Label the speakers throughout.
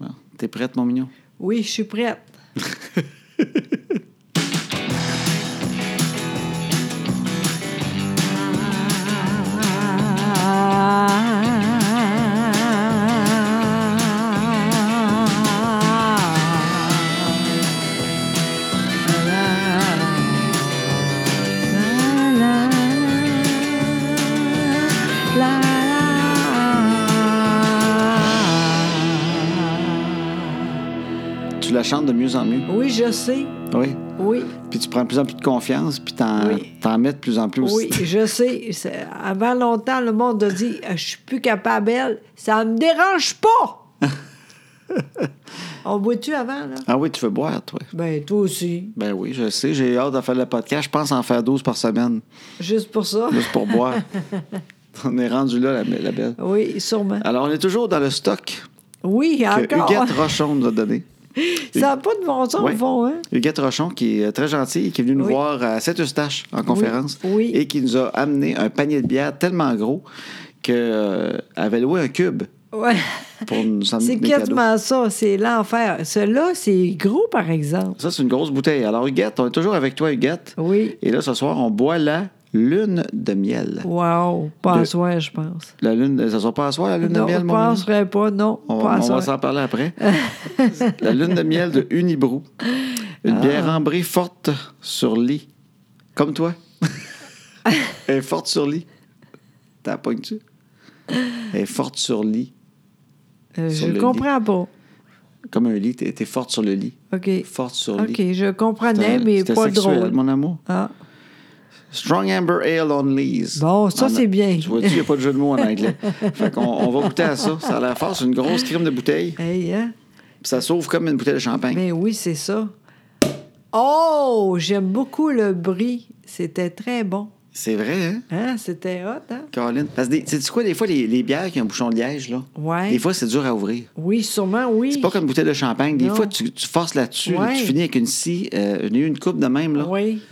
Speaker 1: Ah, T'es prête, mon mignon?
Speaker 2: Oui, je suis prête.
Speaker 1: Tu la chantes de mieux en mieux.
Speaker 2: Oui, je sais.
Speaker 1: Oui.
Speaker 2: Oui,
Speaker 1: Puis tu prends de plus en plus de confiance, puis t'en,
Speaker 2: Oui.
Speaker 1: t'en mets de plus en plus.
Speaker 2: oui, je sais. C'est- Avant longtemps, le monde a dit Ah, Je suis plus capable, elle. Ça me dérange pas. On boit-tu avant, là?
Speaker 1: Ah oui, tu veux boire, toi?
Speaker 2: Ben, toi aussi.
Speaker 1: Ben oui, je sais. J'ai hâte de faire le podcast. Je pense en faire 12 par semaine,
Speaker 2: Juste pour ça.
Speaker 1: juste pour boire. on est rendu là, la, la belle.
Speaker 2: Oui, sûrement.
Speaker 1: Alors, on est toujours dans le stock
Speaker 2: Oui,
Speaker 1: que
Speaker 2: encore.
Speaker 1: Huguette Rochon nous a donné.
Speaker 2: Ça n'a pas de bon sens,
Speaker 1: Oui.
Speaker 2: au fond, hein?
Speaker 1: Huguette Rochon, qui est très gentille et qui est venue nous
Speaker 2: Oui.
Speaker 1: voir à Saint-Eustache en conférence
Speaker 2: oui.
Speaker 1: et qui nous a amené un panier de bière tellement gros qu'elle avait loué un cube
Speaker 2: Ouais.
Speaker 1: pour nous emmener
Speaker 2: C'est
Speaker 1: des cadeaux.
Speaker 2: quasiment ça, c'est l'enfer. Cela, c'est gros, par exemple.
Speaker 1: Ça, c'est une grosse bouteille. Alors, Huguette, on est toujours avec toi, Huguette.
Speaker 2: Oui.
Speaker 1: Et là, ce soir, on boit la lune de miel.
Speaker 2: Wow, pas
Speaker 1: De-
Speaker 2: à soir, je pense.
Speaker 1: La lune, ça sera pas à soir, la lune de
Speaker 2: Non, je
Speaker 1: miel, mon ami?
Speaker 2: penserais pas, non,
Speaker 1: On,
Speaker 2: pas à
Speaker 1: on va
Speaker 2: soir.
Speaker 1: s'en parler après. la lune de miel de Unibrou. Une
Speaker 2: Ah.
Speaker 1: bière ambrée forte sur lit. Comme toi. Elle est forte sur lit. T'as la pognes-tu? Elle est forte sur lit.
Speaker 2: Euh,
Speaker 1: sur
Speaker 2: je
Speaker 1: le lit.
Speaker 2: comprends pas.
Speaker 1: Comme un lit, t'es t'es forte sur le lit.
Speaker 2: OK.
Speaker 1: Forte sur le lit.
Speaker 2: OK, je comprenais,
Speaker 1: C'était-
Speaker 2: mais
Speaker 1: c'était
Speaker 2: pas
Speaker 1: sexuel,
Speaker 2: drôle.
Speaker 1: mon amour.
Speaker 2: Ah,
Speaker 1: Strong Amber Ale on Lees.
Speaker 2: Bon, ça,
Speaker 1: En-
Speaker 2: c'est bien.
Speaker 1: Tu vois-tu, il n'y a pas de jeu de mots en anglais. fait qu'on on va goûter à ça. Ça a l'air fort. C'est une grosse crème de bouteille. Puis
Speaker 2: hey, hein?
Speaker 1: ça s'ouvre comme une bouteille de champagne.
Speaker 2: Ben oui, c'est ça. Oh, j'aime beaucoup le brie. C'était très bon.
Speaker 1: C'est vrai, hein?
Speaker 2: Hein? C'était hot, hein?
Speaker 1: Caroline. Parce que, tu sais quoi, des fois, les, les bières qui ont un bouchon de liège, là,
Speaker 2: Ouais.
Speaker 1: des fois, c'est dur à ouvrir.
Speaker 2: Oui, sûrement, oui.
Speaker 1: C'est pas comme une bouteille de champagne. Des
Speaker 2: Non.
Speaker 1: fois, tu, tu forces là-dessus, là,
Speaker 2: Ouais.
Speaker 1: tu finis avec une scie. Euh, J'en ai eu une coupe de même, là.
Speaker 2: Oui.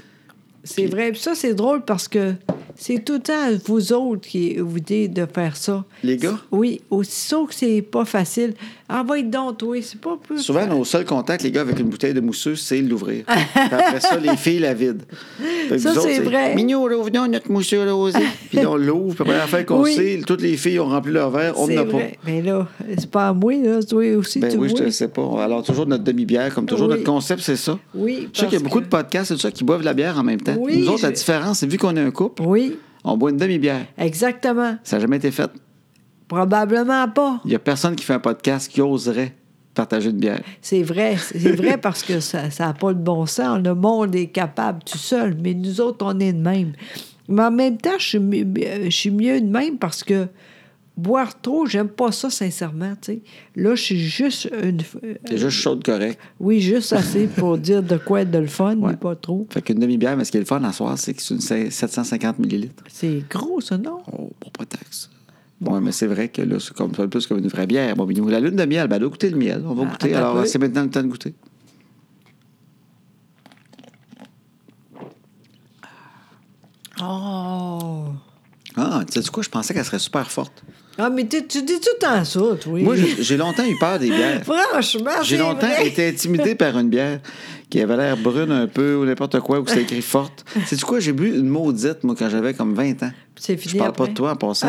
Speaker 2: C'est
Speaker 1: Puis-
Speaker 2: vrai. Puis ça, c'est drôle parce que c'est tout le temps vous autres qui vous dites de faire ça.
Speaker 1: Les gars?
Speaker 2: Oui, aussitôt que c'est pas facile. Envoie donc, oui, c'est pas plus.
Speaker 1: Souvent, nos seuls contacts, les gars, avec une bouteille de mousseux, c'est l'ouvrir. Puis après ça, les filles la vident. Fait que
Speaker 2: Ça,
Speaker 1: vous autres,
Speaker 2: c'est vrai.
Speaker 1: Mignot, là, venons, notre mousseux rosé. Puis là, on l'ouvre, puis après, la fin qu'on
Speaker 2: Oui.
Speaker 1: sait, toutes les filles ont rempli leur verre, on
Speaker 2: C'est
Speaker 1: n'a pas.
Speaker 2: vrai. Mais là, c'est pas à moi, là. Toi aussi,
Speaker 1: Ben
Speaker 2: tu
Speaker 1: oui, je
Speaker 2: vois.
Speaker 1: te sais pas. Alors, toujours notre demi-bière, comme toujours,
Speaker 2: Oui.
Speaker 1: notre concept, c'est ça.
Speaker 2: Oui,
Speaker 1: Je sais qu'il y a
Speaker 2: parce
Speaker 1: beaucoup
Speaker 2: que-
Speaker 1: de podcasts, c'est tout ça, qui boivent de la bière en même temps.
Speaker 2: Oui,
Speaker 1: Nous autres, la
Speaker 2: je-
Speaker 1: différence, c'est vu qu'on est un couple,
Speaker 2: Oui,
Speaker 1: on boit une demi-bière.
Speaker 2: exactement.
Speaker 1: Ça n'a jamais été fait.
Speaker 2: Probablement pas.
Speaker 1: Il n'y a personne qui fait un podcast qui oserait partager une bière.
Speaker 2: C'est vrai. C'est vrai parce que ça n'a pas de bon sens. Le monde est capable tout seul, mais nous autres, on est de même. Mais en même temps, je suis, mi- euh, je suis mieux de même parce que boire trop, j'aime pas ça, sincèrement. tu sais. Là, je suis juste une. f- euh,
Speaker 1: C'est juste chaude correct.
Speaker 2: Oui, juste assez pour dire de quoi être de le fun,
Speaker 1: Ouais.
Speaker 2: mais pas trop.
Speaker 1: Fait qu'une demi-bière, mais ce qui est le fun à soir, c'est que c'est une se- 750 millilitres.
Speaker 2: C'est gros, ça, non?
Speaker 1: Oh, pour pas taxe. Bon, mais c'est vrai que là, c'est comme ça, plus comme une vraie bière. Bon, Minou, la lune de miel, ben, elle a goûté le miel. On va
Speaker 2: Ah,
Speaker 1: goûter.
Speaker 2: attends un
Speaker 1: Alors,
Speaker 2: peu.
Speaker 1: c'est maintenant le temps de goûter.
Speaker 2: Oh!
Speaker 1: Ah, tu sais quoi, je pensais qu'elle serait super forte.
Speaker 2: Ah, mais tu tu dis tout le temps ça, toi.
Speaker 1: Moi, j'ai j'ai longtemps eu peur des bières.
Speaker 2: Franchement,
Speaker 1: J'ai
Speaker 2: c'est
Speaker 1: longtemps
Speaker 2: vrai.
Speaker 1: été intimidé par une bière qui avait l'air brune un peu ou n'importe quoi, ou que c'est écrit forte. C'est du quoi, j'ai bu une maudite, moi, quand j'avais comme 20 ans.
Speaker 2: C'est
Speaker 1: Je
Speaker 2: fini
Speaker 1: parle pas
Speaker 2: après.
Speaker 1: de toi en passant.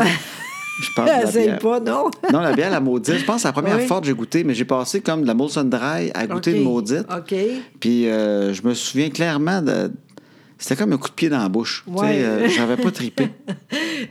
Speaker 1: Je parle de la
Speaker 2: Essaye
Speaker 1: bière.
Speaker 2: pas, non?
Speaker 1: Non, la bière, la maudite. Je pense que la première
Speaker 2: Oui.
Speaker 1: forte que j'ai goûtée, mais j'ai passé comme de la Molson Dry à goûter
Speaker 2: OK.
Speaker 1: une maudite.
Speaker 2: OK.
Speaker 1: Puis euh, je me souviens clairement de. C'était comme un coup de pied dans la bouche. Tu sais,
Speaker 2: Ouais.
Speaker 1: euh, j'avais pas tripé.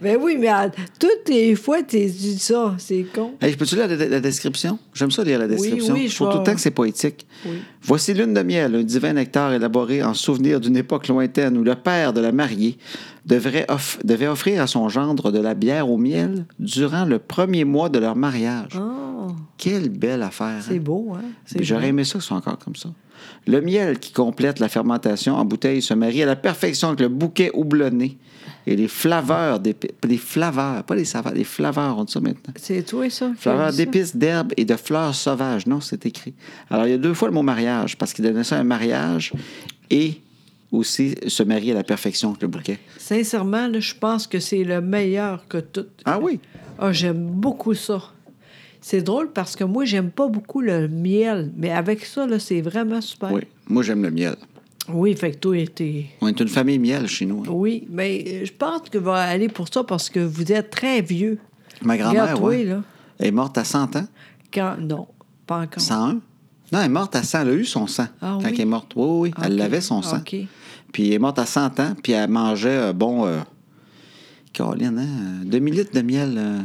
Speaker 2: Ben oui, mais à- toutes les fois, tu dis ça, c'est con.
Speaker 1: Hey, je peux-tu lire la, la description? J'aime ça lire la description.
Speaker 2: oui,
Speaker 1: je
Speaker 2: je
Speaker 1: trouve
Speaker 2: vais-
Speaker 1: tout le temps que c'est poétique.
Speaker 2: Oui.
Speaker 1: Voici Lune de miel, un divin nectar élaboré en souvenir d'une époque lointaine où le père de la mariée devrait off- devait offrir à son gendre de la bière au miel durant le premier mois de leur mariage.
Speaker 2: Oh,
Speaker 1: Quelle belle affaire! hein?
Speaker 2: c'est beau, hein? C'est
Speaker 1: Puis J'aurais
Speaker 2: beau.
Speaker 1: aimé ça que ce soit encore comme ça. Le miel qui complète la fermentation en bouteille se marie à la perfection avec le bouquet houblonné et les flaveurs, d'épi- les flaveurs, pas les saveurs, les flaveurs, on dit ça maintenant.
Speaker 2: C'est toi, ça? qui
Speaker 1: Flaveur
Speaker 2: as dit ça?
Speaker 1: d'épices, d'herbes et de fleurs sauvages. Non, c'est écrit. Alors, il y a deux fois le mot mariage, parce qu'il donnait ça à un mariage et aussi se marier à la perfection avec le bouquet.
Speaker 2: Sincèrement, là, je pense que c'est le meilleur que tout.
Speaker 1: Ah oui?
Speaker 2: Ah, j'aime beaucoup ça. C'est drôle parce que moi, j'aime pas beaucoup le miel, mais avec ça, là, c'est vraiment super.
Speaker 1: Oui. Moi, j'aime le miel.
Speaker 2: Oui, fait que toi, t'es...
Speaker 1: On est une famille miel chez nous. hein.
Speaker 2: Oui, mais euh, je pense que va aller pour ça parce que vous êtes très vieux.
Speaker 1: Ma grand-mère,
Speaker 2: Regarde-toi,
Speaker 1: ouais,
Speaker 2: là.
Speaker 1: est morte à 100 ans.
Speaker 2: Quand... Non, pas encore.
Speaker 1: 101? Non, elle est morte à 100. Elle a eu son sang
Speaker 2: Ah
Speaker 1: quand
Speaker 2: oui?
Speaker 1: elle est morte. Oui, oui, oui.
Speaker 2: Ah,
Speaker 1: Elle
Speaker 2: ok.
Speaker 1: l'avait, son sang.
Speaker 2: OK.
Speaker 1: Puis elle est morte à 100 ans, puis elle mangeait, euh, bon, euh, Caroline, hein, euh, demi-litre de miel euh,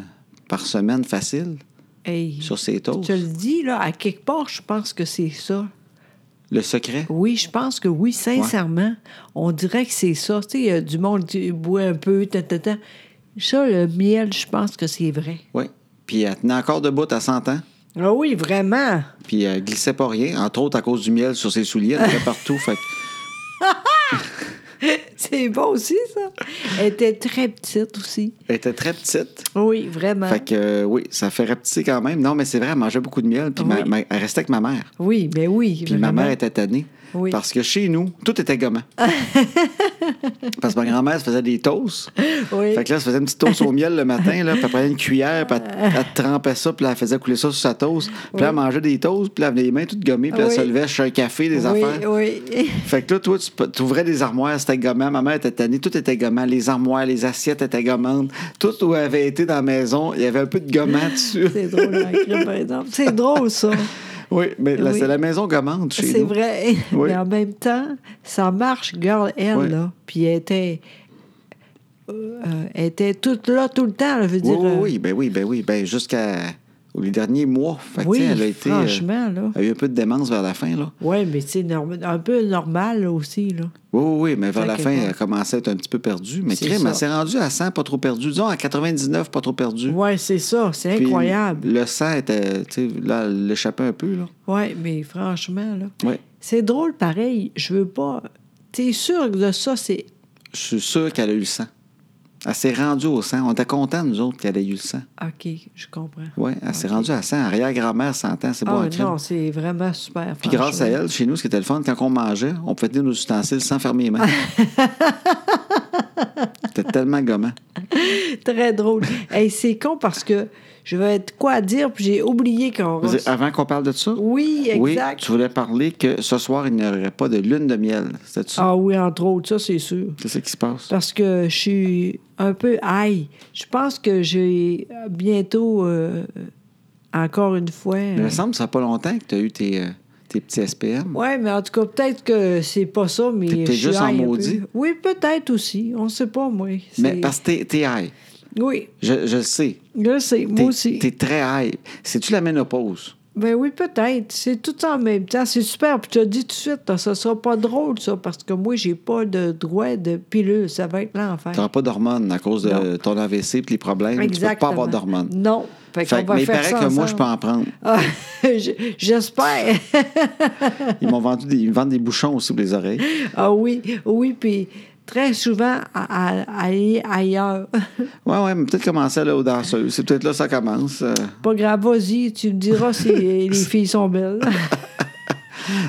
Speaker 1: par semaine facile
Speaker 2: Hey,
Speaker 1: sur ses
Speaker 2: je
Speaker 1: toasts.
Speaker 2: te le dis, là, à quelque part, je pense que c'est ça.
Speaker 1: Le secret?
Speaker 2: Oui, je pense que oui, sincèrement. On dirait que c'est ça. Tu sais, il y a du monde qui boit un peu, ta, ta, ta. Ça, le miel, je pense que c'est vrai.
Speaker 1: Oui. Puis elle tenait encore debout à 100 ans,
Speaker 2: Ah oui, vraiment.
Speaker 1: puis elle glissait pas rien, entre autres à cause du miel sur ses souliers, elle était partout. Fait que-
Speaker 2: C'est bon aussi, ça. Elle était très petite aussi.
Speaker 1: elle était très petite.
Speaker 2: Oui, vraiment.
Speaker 1: Fait que euh, oui, ça fait rapetisser quand même. Non, mais c'est vrai, elle mangeait beaucoup de miel, puis ma-
Speaker 2: Oui.
Speaker 1: ma- elle restait avec ma mère.
Speaker 2: Oui, mais oui.
Speaker 1: Puis ma
Speaker 2: vraiment.
Speaker 1: mère était tannée.
Speaker 2: Oui.
Speaker 1: Parce que chez nous, tout était gommant. parce que ma grand-mère se faisait des toasts.
Speaker 2: Oui.
Speaker 1: Fait que là, elle se faisait une petite toast au miel le matin, là, puis elle prenait une cuillère, puis
Speaker 2: Euh.
Speaker 1: elle, elle trempait ça, puis elle faisait couler ça sur sa toast. Puis là, elle mangeait des toasts, puis elle avait les mains toutes gommées, puis
Speaker 2: Oui.
Speaker 1: elle se levait, chez un café, des
Speaker 2: oui,
Speaker 1: affaires.
Speaker 2: oui.
Speaker 1: Fait que là, toi, tu ouvrais des armoires, c'était gommant. Ma mère était tannée, tout était gommant. Les armoires, les assiettes étaient gommantes. Tout où elle avait été dans la maison, il y avait un peu de gommant dessus.
Speaker 2: C'est drôle, la crème, par exemple. C'est drôle, ça.
Speaker 1: Oui, mais là,
Speaker 2: Oui.
Speaker 1: c'est la maison gommante chez
Speaker 2: C'est
Speaker 1: nous.
Speaker 2: vrai.
Speaker 1: Oui.
Speaker 2: Mais en même temps, ça marche, girl, elle,
Speaker 1: Oui.
Speaker 2: là. Puis elle était. euh, elle était toute là, tout le temps, là, je
Speaker 1: Oui,
Speaker 2: veux dire.
Speaker 1: oui,
Speaker 2: euh,
Speaker 1: oui, ben oui, ben oui, ben jusqu'à les derniers mois. Fait que,
Speaker 2: oui,
Speaker 1: tu sais, elle a été, euh,
Speaker 2: franchement, là.
Speaker 1: elle a eu un peu de démence vers la fin, là.
Speaker 2: Oui, mais c'est norm- un peu normal, là, aussi, là.
Speaker 1: Oui, oui, oui, mais vers
Speaker 2: Fait
Speaker 1: la
Speaker 2: que
Speaker 1: fin,
Speaker 2: bon.
Speaker 1: elle commençait à être un petit peu perdue. Mais
Speaker 2: C'est
Speaker 1: crème,
Speaker 2: ça.
Speaker 1: elle s'est rendue à 100, pas trop perdue. Disons à 99, pas trop perdue.
Speaker 2: Oui, c'est ça, c'est
Speaker 1: Mm. Puis
Speaker 2: incroyable.
Speaker 1: Le sang était, tu sais, là, elle l'échappait un peu, là.
Speaker 2: Oui, mais franchement, là.
Speaker 1: Oui.
Speaker 2: C'est drôle, pareil. Je veux pas. T'es sûr que de ça, c'est.
Speaker 1: Je suis sûr qu'elle a eu le sang. Elle s'est rendue au sang. On était contents, nous autres, qu'elle ait eu le sang.
Speaker 2: OK, je comprends.
Speaker 1: Oui, elle s'est rendue à 100. Arrière-grand-mère, 100 ans, c'est beau
Speaker 2: Ah
Speaker 1: en crème.
Speaker 2: non, c'est vraiment super.
Speaker 1: Puis grâce à
Speaker 2: franchement.
Speaker 1: elle, chez nous, ce qui était le fun, quand on mangeait, on pouvait tenir nos ustensiles sans fermer les mains. C'était tellement gommant.
Speaker 2: Très drôle. Hey, c'est con parce que je vais être quoi à dire, puis j'ai oublié qu'on.
Speaker 1: Vas-y,
Speaker 2: reçoit-
Speaker 1: Avant qu'on parle de ça,
Speaker 2: Oui,
Speaker 1: oui,
Speaker 2: exact.
Speaker 1: tu voulais parler que ce soir, il n'y aurait pas de lune de miel. C'était ça?
Speaker 2: Ah oui, entre autres, ça, c'est sûr.
Speaker 1: Qu'est-ce qui se passe?
Speaker 2: Parce que je suis un peu aïe. Je pense que j'ai bientôt, euh, encore une fois.
Speaker 1: Il me semble que ça fait pas longtemps que tu as eu tes, euh, tes petits SPM.
Speaker 2: Oui, mais en tout cas, peut-être que c'est pas ça, mais.
Speaker 1: T'es peut-être
Speaker 2: je suis
Speaker 1: juste en
Speaker 2: high un peu.
Speaker 1: maudit.
Speaker 2: Oui, peut-être aussi. On sait pas, moi. C'est-
Speaker 1: Mais parce que t'es es high.
Speaker 2: Oui,
Speaker 1: Je, je le sais.
Speaker 2: là, c'est.
Speaker 1: T'es-
Speaker 2: Moi aussi.
Speaker 1: T'es très high. C'est-tu la ménopause?
Speaker 2: Ben oui, peut-être. C'est tout en même temps. C'est super. Puis je te dis tout de suite, là, ça sera pas drôle, ça, parce que moi, j'ai pas de droit de pilule. Ça va être l'enfer.
Speaker 1: Tu n'auras pas d'hormones à cause de
Speaker 2: Non.
Speaker 1: ton AVC et les problèmes. Tu peux pas
Speaker 2: Exactement.
Speaker 1: avoir d'hormones.
Speaker 2: Non. Fait qu'on
Speaker 1: Fait que-
Speaker 2: va
Speaker 1: mais il
Speaker 2: faire
Speaker 1: paraît
Speaker 2: ça
Speaker 1: que moi, je
Speaker 2: ensemble.
Speaker 1: peux en prendre.
Speaker 2: Ah, j- J'espère.
Speaker 1: Ils m'ont vendu des, ils me vendent des bouchons aussi pour les oreilles.
Speaker 2: ah oui, oui, puis très souvent, à, à- aller ailleurs.
Speaker 1: Ouais, ouais, mais peut-être commencer là aux danseuses. C'est peut-être là que ça commence. euh.
Speaker 2: pas grave, vas-y, tu me diras si les filles sont belles.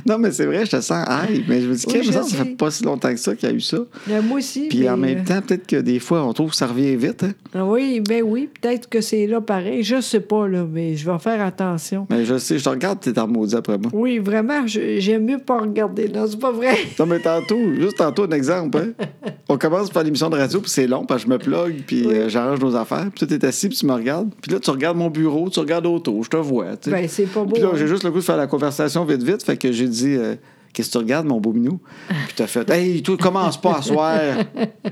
Speaker 1: Non, mais c'est vrai, je te sens high. Mais je me dis,
Speaker 2: Oui,
Speaker 1: Crème,
Speaker 2: je
Speaker 1: ça, ça
Speaker 2: sais. euh,
Speaker 1: fait pas si longtemps que ça qu'il y a eu ça.
Speaker 2: Mais moi aussi.
Speaker 1: Puis
Speaker 2: mais,
Speaker 1: en même temps, peut-être que des fois, on trouve que ça revient vite. hein.
Speaker 2: euh, Oui, ben oui, peut-être que c'est là pareil. Je sais pas, là, mais je vais faire attention.
Speaker 1: Mais je sais, je te regarde, t'es en maudit après moi.
Speaker 2: Oui, vraiment, je- j'aime mieux pas regarder. Non, c'est pas vrai.
Speaker 1: Non, mais tantôt, juste tantôt, un exemple. hein. On commence par l'émission de radio, puis c'est long, parce que je me plug, puis euh, j'arrange nos affaires. Puis toi, t'es assis, puis tu me regardes. Puis là, tu regardes mon bureau, tu regardes autour, je te vois. tu sais.
Speaker 2: Ben, c'est pas beau.
Speaker 1: Puis là,
Speaker 2: hein.
Speaker 1: j'ai juste le coup de faire la conversation vite, vite. Fait que j'ai dit, euh, qu'est-ce que tu regardes, mon beau minou? Puis t'as fait, hey, toi, commence pas à soir.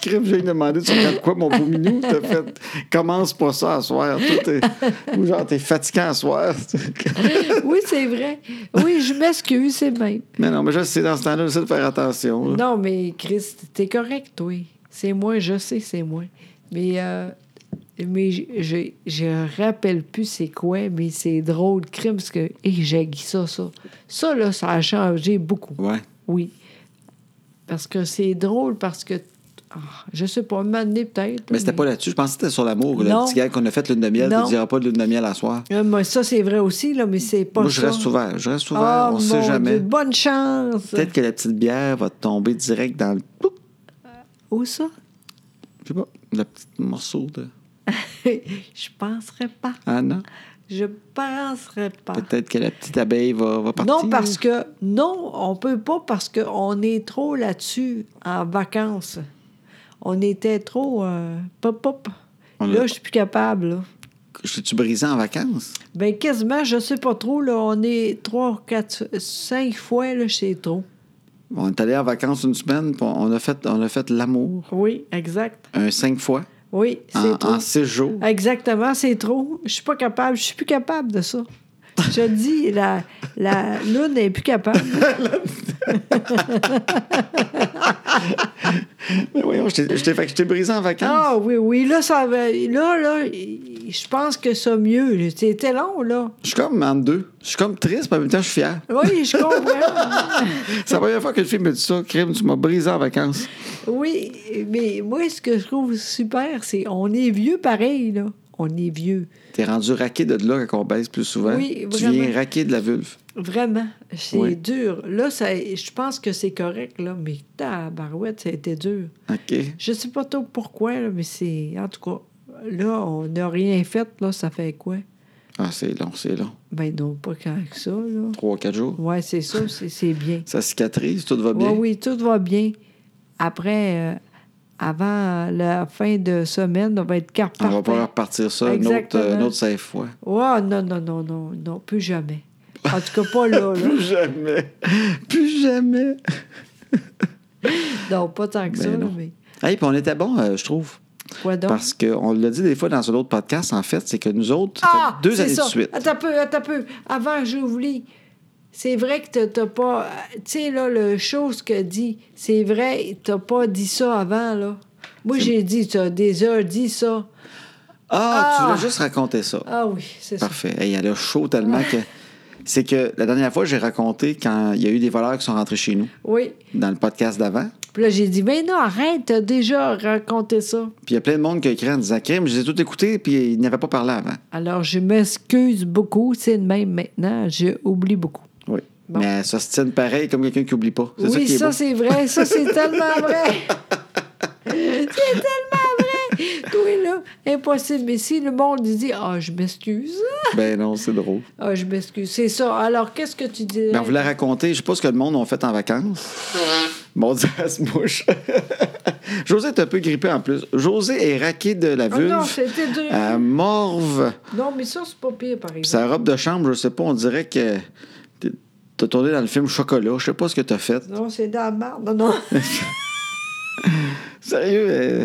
Speaker 1: Crime, j'ai demandé, tu regardes quoi, mon beau minou? T'as fait, commence pas ça à soir. Toi, t'es- ou genre, t'es fatiguant à soir.
Speaker 2: Oui, c'est vrai. Oui, je m'excuse, c'est même.
Speaker 1: mais non, mais je sais, dans ce temps-là, j'essaie de faire attention. là.
Speaker 2: Non, mais Chris, t'es correct, oui. C'est moi, je sais, c'est moi. Mais, euh, mais j- j'ai- je rappelle plus c'est quoi, mais c'est drôle, crime, parce que hé, j'ai gui ça, ça. Ça, là, ça a changé beaucoup,
Speaker 1: Ouais.
Speaker 2: oui. Parce que c'est drôle, parce que. ah, je sais pas, un moment donné, peut-être.
Speaker 1: Mais c'était pas là-dessus. Je pensais que c'était sur l'amour. Le
Speaker 2: Non.
Speaker 1: petit gars qu'on a fait lune de miel, tu
Speaker 2: Non.
Speaker 1: diras pas de lune de miel à soir.
Speaker 2: Euh, moi, ça, c'est vrai aussi, là, mais c'est pas
Speaker 1: Moi, je
Speaker 2: ça.
Speaker 1: reste ouvert. Je reste ouvert.
Speaker 2: Ah,
Speaker 1: on sait
Speaker 2: mon Dieu,
Speaker 1: jamais.
Speaker 2: bonne chance!
Speaker 1: Peut-être que la petite bière va tomber direct dans le. Poup!
Speaker 2: Où ça?
Speaker 1: Je sais pas. Le petit morceau de.
Speaker 2: je penserais pas.
Speaker 1: Ah non?
Speaker 2: Je penserais pas.
Speaker 1: Peut-être que la petite abeille va, va partir.
Speaker 2: Non, parce que. Non, on peut pas parce qu'on est trop là-dessus en vacances. On était trop. euh, pop, pop.
Speaker 1: On
Speaker 2: là,
Speaker 1: a-
Speaker 2: je suis plus capable. là.
Speaker 1: Je suis-tu brisé en vacances?
Speaker 2: Ben quasiment, je sais pas trop. Là, on est trois, quatre, cinq fois, là, c'est trop.
Speaker 1: On est allé en vacances une semaine, puis on a fait, on a fait l'amour
Speaker 2: Oui, exact.
Speaker 1: un cinq fois
Speaker 2: Oui, c'est
Speaker 1: en,
Speaker 2: trop.
Speaker 1: en six jours.
Speaker 2: Ah, Exactement, c'est trop. Je suis pas capable. Je suis plus capable de ça. Je te dis, la, la lune n'est plus capable.
Speaker 1: Mais voyons, je t'ai- je t'ai fait que je t'ai brisé en vacances.
Speaker 2: Ah oui, oui, là, ça va. Là, là, je pense que ça mieux. C'était long, là.
Speaker 1: Je suis comme en deux. Je suis comme triste, mais en même temps, je suis fier.
Speaker 2: Oui, je comprends.
Speaker 1: C'est la première fois qu'une fille me dit ça. Crime, tu m'as brisé en vacances.
Speaker 2: Oui, mais moi, ce que je trouve super, c'est on est vieux pareil, là. On est vieux.
Speaker 1: T'es rendu raqué de là quand on baise plus souvent.
Speaker 2: Oui,
Speaker 1: tu
Speaker 2: vraiment.
Speaker 1: viens raqué de la vulve.
Speaker 2: Vraiment, c'est
Speaker 1: Oui.
Speaker 2: dur. Là, ça, je pense que c'est correct, là, mais tabarouette, ça a été dur.
Speaker 1: OK.
Speaker 2: Je sais pas trop pourquoi, là, mais c'est... En tout cas, là, on n'a rien fait, là, ça fait quoi?
Speaker 1: Ah, c'est long, c'est long.
Speaker 2: Ben non, pas quand que ça, là.
Speaker 1: Trois, quatre jours.
Speaker 2: Ouais, c'est ça, c'est c'est bien.
Speaker 1: Ça cicatrise, tout va
Speaker 2: Oui,
Speaker 1: bien.
Speaker 2: oui, tout va bien. Après, euh, avant la fin de semaine, on va être carte
Speaker 1: On va
Speaker 2: parfaite.
Speaker 1: pas repartir ça une autre,
Speaker 2: Exactement.
Speaker 1: euh, une autre cinq fois.
Speaker 2: Oh, non, non, non, non, non, plus jamais. En tout cas, pas là, là.
Speaker 1: Plus jamais. Plus jamais.
Speaker 2: Non, pas tant que
Speaker 1: Ben
Speaker 2: ça,
Speaker 1: non.
Speaker 2: mais
Speaker 1: Hey, puis on était bon, euh, je trouve.
Speaker 2: quoi donc?
Speaker 1: Parce qu'on l'a dit des fois dans un autre podcast, en fait, c'est que nous autres, ça fait
Speaker 2: Ah,
Speaker 1: deux
Speaker 2: c'est
Speaker 1: années
Speaker 2: ça.
Speaker 1: de suite.
Speaker 2: Attends un peu, attends un peu. Avant, j'oublie. C'est vrai que t'as- t'as pas... Tu sais, là, le chose que dit, c'est vrai, t'as pas dit ça avant, là. Moi,
Speaker 1: C'est-
Speaker 2: j'ai dit, t'as déjà dit ça.
Speaker 1: Ah, tu
Speaker 2: Ah!
Speaker 1: voulais juste raconter ça.
Speaker 2: Ah oui, c'est ça.
Speaker 1: Parfait. Hey, elle a chaud tellement que. C'est que la dernière fois, j'ai raconté quand il y a eu des voleurs qui sont rentrés chez nous,
Speaker 2: Oui.
Speaker 1: dans le podcast d'avant.
Speaker 2: Puis là, j'ai dit, mais non, arrête, t'as déjà raconté ça.
Speaker 1: Puis il y a plein de monde qui a écrit en disant Crime, je les ai tout écoutés, puis ils n'avaient pas parlé avant.
Speaker 2: Alors, je m'excuse beaucoup, c'est le même maintenant, je oublie beaucoup.
Speaker 1: Oui.
Speaker 2: Bon.
Speaker 1: Mais ça se tient pareil comme quelqu'un qui oublie pas. C'est ça
Speaker 2: Oui,
Speaker 1: qui est
Speaker 2: ça,
Speaker 1: beau.
Speaker 2: c'est vrai, ça, c'est tellement vrai. c'est tellement vrai. Toi, là, impossible. Mais si le monde il dit, ah, je m'excuse,
Speaker 1: Ben non, c'est drôle.
Speaker 2: ah, je m'excuse, c'est ça. Alors, qu'est-ce que tu dis?
Speaker 1: Ben, on voulait raconter, je sais pas ce que le monde a fait en vacances. Mon Dieu, elle se mouche. José est un peu grippé en plus. José est raqué de la
Speaker 2: Ah non,
Speaker 1: vulve
Speaker 2: c'était dur.
Speaker 1: à morve.
Speaker 2: Non, mais ça, c'est pas pire, par exemple.
Speaker 1: Puis sa robe de chambre, je sais pas, on dirait que t'es- t'as tourné dans le film Chocolat. Je sais pas ce que t'as fait.
Speaker 2: Non, c'est dans la merde. Non, non.
Speaker 1: Sérieux, euh,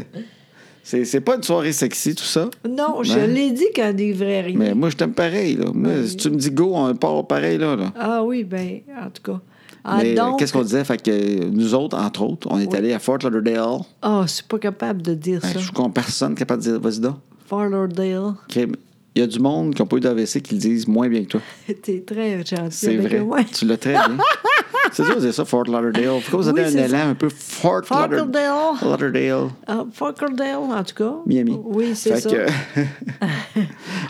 Speaker 1: c'est c'est pas une soirée sexy, tout ça.
Speaker 2: non, je
Speaker 1: Ben.
Speaker 2: l'ai dit quand des vrais rien.
Speaker 1: Mais moi, je t'aime pareil. Là. Moi,
Speaker 2: Oui.
Speaker 1: si tu me dis go, on part pareil. là, là.
Speaker 2: Ah oui, ben, en tout cas. Ah,
Speaker 1: Mais euh,
Speaker 2: donc-
Speaker 1: qu'est-ce qu'on disait? Fait que euh, nous autres, entre autres, on est allés à Fort Lauderdale.
Speaker 2: Ah, je suis pas capable de dire
Speaker 1: Ben,
Speaker 2: ça.
Speaker 1: je suis con, personne capable de dire, vas-y donc.
Speaker 2: Fort Lauderdale,
Speaker 1: Crime. Il y a du monde qui n'a pas eu d'AVC qui le disent moins bien que toi.
Speaker 2: t'es très gentil.
Speaker 1: C'est
Speaker 2: avec
Speaker 1: vrai.
Speaker 2: moi.
Speaker 1: Tu l'as très bien. c'est ça, vous dites ça, Fort Lauderdale. Pourquoi vous avez
Speaker 2: Oui,
Speaker 1: un
Speaker 2: c'est
Speaker 1: élan un peu Fort,
Speaker 2: Fort
Speaker 1: Lauder-
Speaker 2: Lauderdale.
Speaker 1: Lauderdale,
Speaker 2: Ah, Fort Lauderdale, en tout cas.
Speaker 1: Miami.
Speaker 2: Oui, c'est
Speaker 1: Fait
Speaker 2: ça.
Speaker 1: que-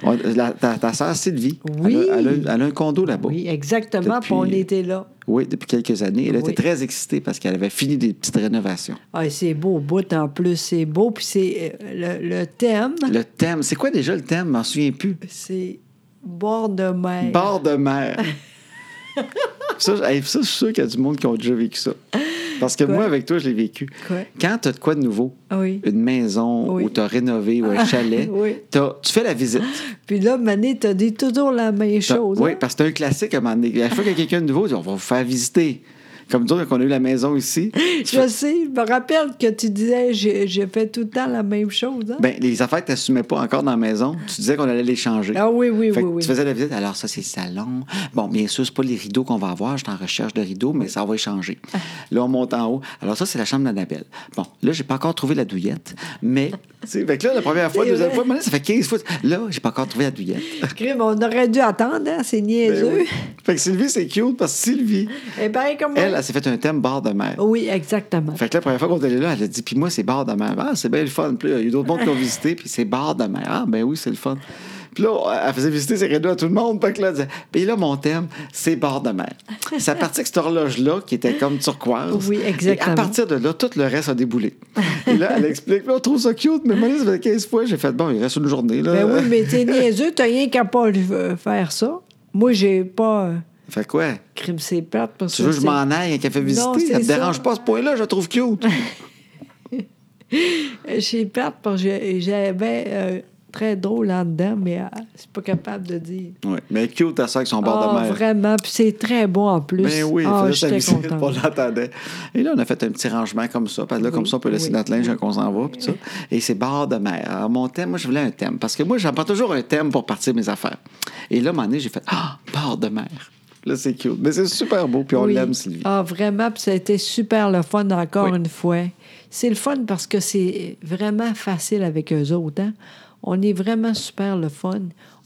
Speaker 1: On- la- ta, ta soeur Sylvie,
Speaker 2: Oui.
Speaker 1: elle, a, elle a- elle a un condo là-bas. Oui.
Speaker 2: Oui, exactement.
Speaker 1: Depuis-
Speaker 2: Puis on était là.
Speaker 1: depuis quelques années. Elle
Speaker 2: Oui.
Speaker 1: était très excitée parce qu'elle avait fini des petites rénovations.
Speaker 2: Ah, c'est beau au bout, en plus. C'est beau. Puis c'est euh, le, le thème,
Speaker 1: Le thème, c'est quoi déjà le thème? Je m'en souviens plus.
Speaker 2: c'est bord de mer.
Speaker 1: Bord de mer. ça, je- hey, ça, je suis sûr qu'il y a du monde qui ont déjà vécu ça. Parce que
Speaker 2: Quoi?
Speaker 1: moi, avec toi, je l'ai vécu.
Speaker 2: Quoi?
Speaker 1: Quand tu as de quoi de nouveau,
Speaker 2: Ah Oui.
Speaker 1: une maison
Speaker 2: Oui.
Speaker 1: ou tu as rénové ou un chalet,
Speaker 2: oui.
Speaker 1: t'as- tu fais la visite.
Speaker 2: Puis là, Mané, t'as dit toujours la même
Speaker 1: T'as-
Speaker 2: chose.
Speaker 1: Ah, Oui,
Speaker 2: hein?
Speaker 1: parce que c'est un classique à un moment donné. À chaque fois qu'il y a quelqu'un de nouveau, on va vous faire visiter. Comme nous autres, quand on a eu la maison ici,
Speaker 2: Je sais, je me rappelle que tu disais, j'ai j'ai fait tout le temps la même chose. hein?
Speaker 1: ben, les affaires que tu n'assumais pas encore dans la maison, tu disais qu'on allait les changer.
Speaker 2: ah oui, oui,
Speaker 1: Fait
Speaker 2: oui,
Speaker 1: que
Speaker 2: oui.
Speaker 1: Tu faisais la visite, alors ça, c'est le salon. Bon, bien sûr, c'est pas les rideaux qu'on va avoir, je suis en recherche de rideaux, mais ça va y changer.
Speaker 2: Ah.
Speaker 1: Là, on monte en haut. Alors ça, c'est la chambre d'Annabelle. Bon, là, j'ai pas encore trouvé la douillette, mais... tu sais, Fait que là, la première fois,
Speaker 2: C'est
Speaker 1: deuxième
Speaker 2: vrai.
Speaker 1: fois, maintenant, ça fait 15 fois. Là, j'ai pas encore trouvé la douillette.
Speaker 2: Crime, on aurait dû attendre, hein? c'est niaiseux.
Speaker 1: Ben oui. Fait que Sylvie, c'est cute, parce que Sylvie,
Speaker 2: Eh bien, comment?
Speaker 1: elle, elle s'est fait un thème bord de mer.
Speaker 2: Oui, exactement.
Speaker 1: Fait que là, la première fois qu'on est allé là, elle a dit, puis moi, c'est bar de mer. Ah, c'est bien le fun. Puis là, il y a eu d'autres mondes qui ont visité, puis c'est bar de mer. Ah, ben oui, c'est le fun. Puis là, elle faisait visiter ses cadeaux à tout le monde. Puis là, elle disait, puis là, mon thème, c'est bord de mer. C'est à partir de cette horloge-là, qui était comme turquoise.
Speaker 2: Oui, exactement.
Speaker 1: Et à partir de là, tout le reste a déboulé. Et là, elle explique, là, on trouve ça cute, mais moi, ça fait 15 fois, j'ai fait, bon, il reste une journée. Là.
Speaker 2: Ben oui, mais t'es niaiseux, t'as rien qu'à pas le- euh, faire ça. Moi, j'ai pas... euh,
Speaker 1: Fait quoi?
Speaker 2: Crime, c'est plate. Parce
Speaker 1: Tu veux que
Speaker 2: que
Speaker 1: je m'en aille avec un café visité?
Speaker 2: Non, c'est
Speaker 1: ça te
Speaker 2: ça.
Speaker 1: dérange pas à ce point-là, je la trouve cute.
Speaker 2: c'est- C'est plate parce que j'ai- j'avais euh, très drôle là-dedans, mais euh, je suis pas capable de dire.
Speaker 1: Ouais, mais cute, à ça avec son bord de
Speaker 2: Ah,
Speaker 1: mer.
Speaker 2: vraiment, puis c'est très bon en plus.
Speaker 1: Ben oui, il
Speaker 2: Ah,
Speaker 1: faisait sa
Speaker 2: j'étais
Speaker 1: visite, on
Speaker 2: contente.
Speaker 1: l'entendait. Et là, on a fait un petit rangement comme ça. Parce que là, comme
Speaker 2: Oui,
Speaker 1: ça, on peut laisser
Speaker 2: oui,
Speaker 1: notre linge quand on s'en va. puis tout ça. Et c'est barre de mer. Alors, mon thème, moi, je voulais un thème. Parce que moi, j'en prends toujours un thème pour partir mes affaires. Et là, à un moment donné, j'ai fait Ah, barre de mer. Là, c'est cute. Mais c'est super beau. Puis on
Speaker 2: Oui.
Speaker 1: l'aime, Sylvie.
Speaker 2: Ah, vraiment, puis ça a été super le fun encore
Speaker 1: Oui.
Speaker 2: une fois. C'est le fun parce que c'est vraiment facile avec eux autres. hein. On est vraiment super le fun.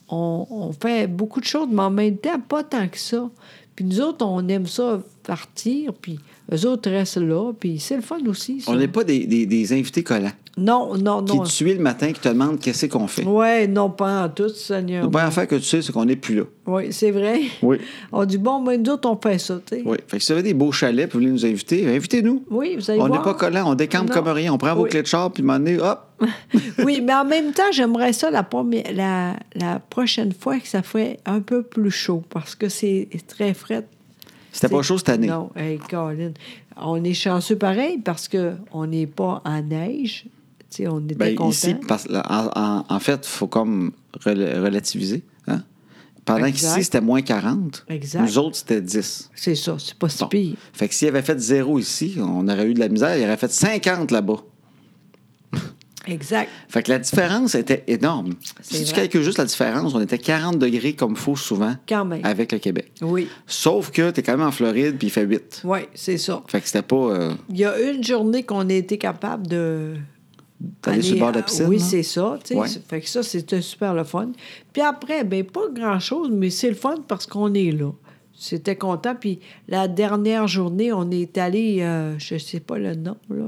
Speaker 2: On, on fait beaucoup de choses, mais en même temps, pas tant que ça. Puis nous autres, on aime ça partir, puis eux autres restent là, puis c'est le fun aussi. ça.
Speaker 1: On n'est pas des, des- des invités collants
Speaker 2: Non, non,
Speaker 1: qui
Speaker 2: non.
Speaker 1: te suivent le matin, qui te demandent qu'est-ce qu'on fait.
Speaker 2: Ouais, non, pas en tout, Seigneur.
Speaker 1: La première affaire que tu sais, c'est qu'on n'est plus là.
Speaker 2: Oui, c'est vrai.
Speaker 1: Oui.
Speaker 2: On dit, bon, ben, nous autres, on fait ça, tu sais.
Speaker 1: Oui. Fait que si vous avez des beaux chalets, puis vous voulez nous inviter, invitez-nous.
Speaker 2: Oui, vous allez
Speaker 1: on n'est
Speaker 2: voir.
Speaker 1: pas collants, on décampe
Speaker 2: Non.
Speaker 1: comme rien. On prend vos
Speaker 2: Oui.
Speaker 1: clés de char, puis à un moment donné, hop,
Speaker 2: Oui, mais en même temps, j'aimerais ça la, première, la, la prochaine fois que ça ferait un peu plus chaud parce que c'est très frais.
Speaker 1: c'était pas chaud cette année.
Speaker 2: Non, hey, Colin, on est chanceux pareil parce que on n'est pas en neige. Tu sais, on était
Speaker 1: Ben,
Speaker 2: content.
Speaker 1: ici, parce, là, en, en- en fait, il faut comme rel- relativiser. hein? Pendant
Speaker 2: Exact.
Speaker 1: qu'ici, c'était moins 40,
Speaker 2: Exact.
Speaker 1: nous autres, c'était 10.
Speaker 2: C'est ça, c'est pas si
Speaker 1: Bon.
Speaker 2: pire.
Speaker 1: Fait que s'il avait fait zéro ici, on aurait eu de la misère. Il aurait fait 50 là-bas.
Speaker 2: Exact.
Speaker 1: Fait que la différence était énorme.
Speaker 2: C'est
Speaker 1: Si tu
Speaker 2: vrai.
Speaker 1: calcules juste la différence, on était 40 degrés comme faux souvent
Speaker 2: Quand même.
Speaker 1: avec le Québec.
Speaker 2: Oui,
Speaker 1: Sauf que tu es quand même en Floride, puis il fait 8.
Speaker 2: oui, c'est ça.
Speaker 1: Fait que c'était pas... euh,
Speaker 2: Il y a une journée qu'on a été capable de.
Speaker 1: D'aller sur le bord de la
Speaker 2: à-
Speaker 1: piscine,
Speaker 2: Oui,
Speaker 1: là.
Speaker 2: c'est ça. tu sais.
Speaker 1: Ouais.
Speaker 2: Fait que ça, c'était super le fun. Puis après, ben pas grand-chose, mais c'est le fun parce qu'on est là. C'était content. Puis la dernière journée, on est allé, euh, je sais pas le nom, là.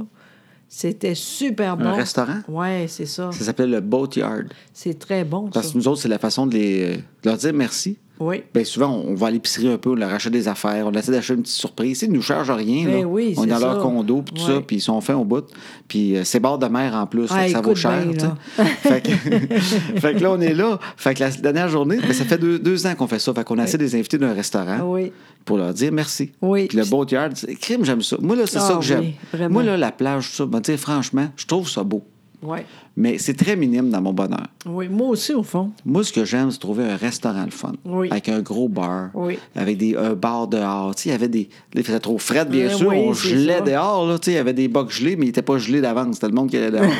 Speaker 2: C'était super bon.
Speaker 1: restaurant?
Speaker 2: Oui, c'est ça.
Speaker 1: ça s'appelait le boatyard.
Speaker 2: C'est très bon, ça.
Speaker 1: Parce que nous autres, c'est la façon de, les, de leur dire merci.
Speaker 2: Oui.
Speaker 1: Bien, Ben, souvent, on va à l'épicerie un peu, on leur achète des affaires, on essaie d'acheter une petite surprise. Ils ne nous chargent rien.
Speaker 2: Ben
Speaker 1: là.
Speaker 2: oui,
Speaker 1: on est
Speaker 2: c'est
Speaker 1: dans leur
Speaker 2: ça.
Speaker 1: condo, puis tout
Speaker 2: Ouais.
Speaker 1: ça, puis ils sont fins au bout. Puis euh, c'est bord de mer en plus,
Speaker 2: Ah,
Speaker 1: fait que ça vaut
Speaker 2: écoute
Speaker 1: cher.
Speaker 2: bien,
Speaker 1: tu
Speaker 2: là.
Speaker 1: sais. fait, que, fait que là, on est là. Fait que la dernière journée, ben, ça fait deux, deux ans qu'on fait ça. Fait qu'on essaie de les inviter d'un restaurant
Speaker 2: Ah Oui.
Speaker 1: pour leur dire merci.
Speaker 2: Oui.
Speaker 1: Puis le boatyard, c'est- crime, j'aime ça. Moi, là, c'est
Speaker 2: Ah
Speaker 1: ça que
Speaker 2: oui,
Speaker 1: j'aime.
Speaker 2: vraiment.
Speaker 1: Moi, là, la plage, tout ça, ben, tu sais, franchement, je trouve ça beau.
Speaker 2: Oui.
Speaker 1: Mais c'est très minime dans mon bonheur.
Speaker 2: Oui. Moi aussi, au fond.
Speaker 1: Moi, ce que j'aime, c'est trouver un restaurant le fun.
Speaker 2: Oui.
Speaker 1: Avec un gros bar.
Speaker 2: Oui.
Speaker 1: Avec des, un bar dehors. Tu sais, il y avait des. Là, il faisait trop frais, bien
Speaker 2: Oui,
Speaker 1: sûr.
Speaker 2: Euh, oui,
Speaker 1: on
Speaker 2: c'est
Speaker 1: gelait
Speaker 2: ça.
Speaker 1: dehors, là. Tu sais, il y avait des bocs gelés, mais il n'était pas gelé d'avance. C'était le monde qui allait dehors.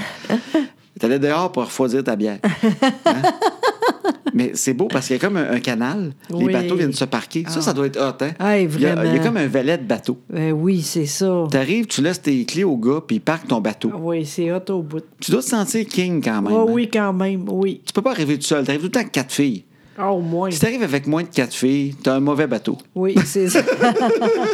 Speaker 1: tu allais dehors pour refroidir ta bière. Hein? mais c'est beau parce qu'il y a comme un, un canal. Les
Speaker 2: Oui.
Speaker 1: bateaux viennent se parquer. Ça, ça doit être hot, hein?
Speaker 2: Ah, et
Speaker 1: Il y a- Il y a,
Speaker 2: vraiment.
Speaker 1: comme un valet de bateau.
Speaker 2: Ben oui, c'est ça.
Speaker 1: Tu arrives, tu laisses tes clés au gars, puis il parque ton bateau.
Speaker 2: Oui, c'est hot au bout.
Speaker 1: Tu dois te sentir king quand même.
Speaker 2: Ah
Speaker 1: hein?
Speaker 2: oui, quand même, oui.
Speaker 1: Tu peux pas arriver tout seul. Tu arrives tout le temps avec quatre filles.
Speaker 2: Ah, au moins.
Speaker 1: Si t'arrives avec moins de quatre filles, t'as un mauvais bateau.
Speaker 2: Oui, c'est ça.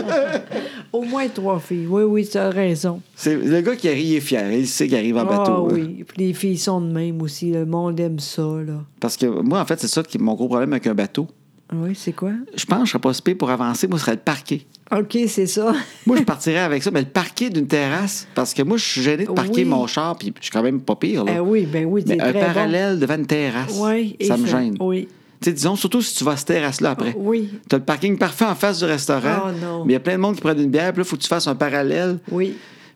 Speaker 2: Au moins trois filles. Oui, oui, tu as raison.
Speaker 1: C'est le gars qui arrive il est fier, il sait qu'il arrive en bateau. hein.
Speaker 2: ah
Speaker 1: là.
Speaker 2: oui. Puis les filles sont de même aussi. Le monde aime ça, là.
Speaker 1: Parce que moi, en fait, c'est ça qui est mon gros problème avec un bateau.
Speaker 2: Oui, c'est quoi?
Speaker 1: Je pense que je serais pas spé pour avancer, moi, ce serait le parquet.
Speaker 2: OK, c'est ça.
Speaker 1: Moi, je partirais avec ça, mais le parquet d'une terrasse, parce que moi, je suis gêné de parquer
Speaker 2: Oui.
Speaker 1: mon char, puis je suis quand même pas pire. là.
Speaker 2: Ah oui, ben oui,
Speaker 1: mais
Speaker 2: t'es
Speaker 1: un
Speaker 2: très
Speaker 1: parallèle devant une terrasse,
Speaker 2: bon. Oui, et oh.
Speaker 1: ça me gêne.
Speaker 2: Oui.
Speaker 1: Tu sais, disons, surtout si tu vas à cette terrasse-là après.
Speaker 2: Oui.
Speaker 1: T'as le parking parfait en face du restaurant.
Speaker 2: Oh, non.
Speaker 1: Mais il y a plein de monde qui prennent une bière, puis là, faut que tu fasses un parallèle.
Speaker 2: Oui.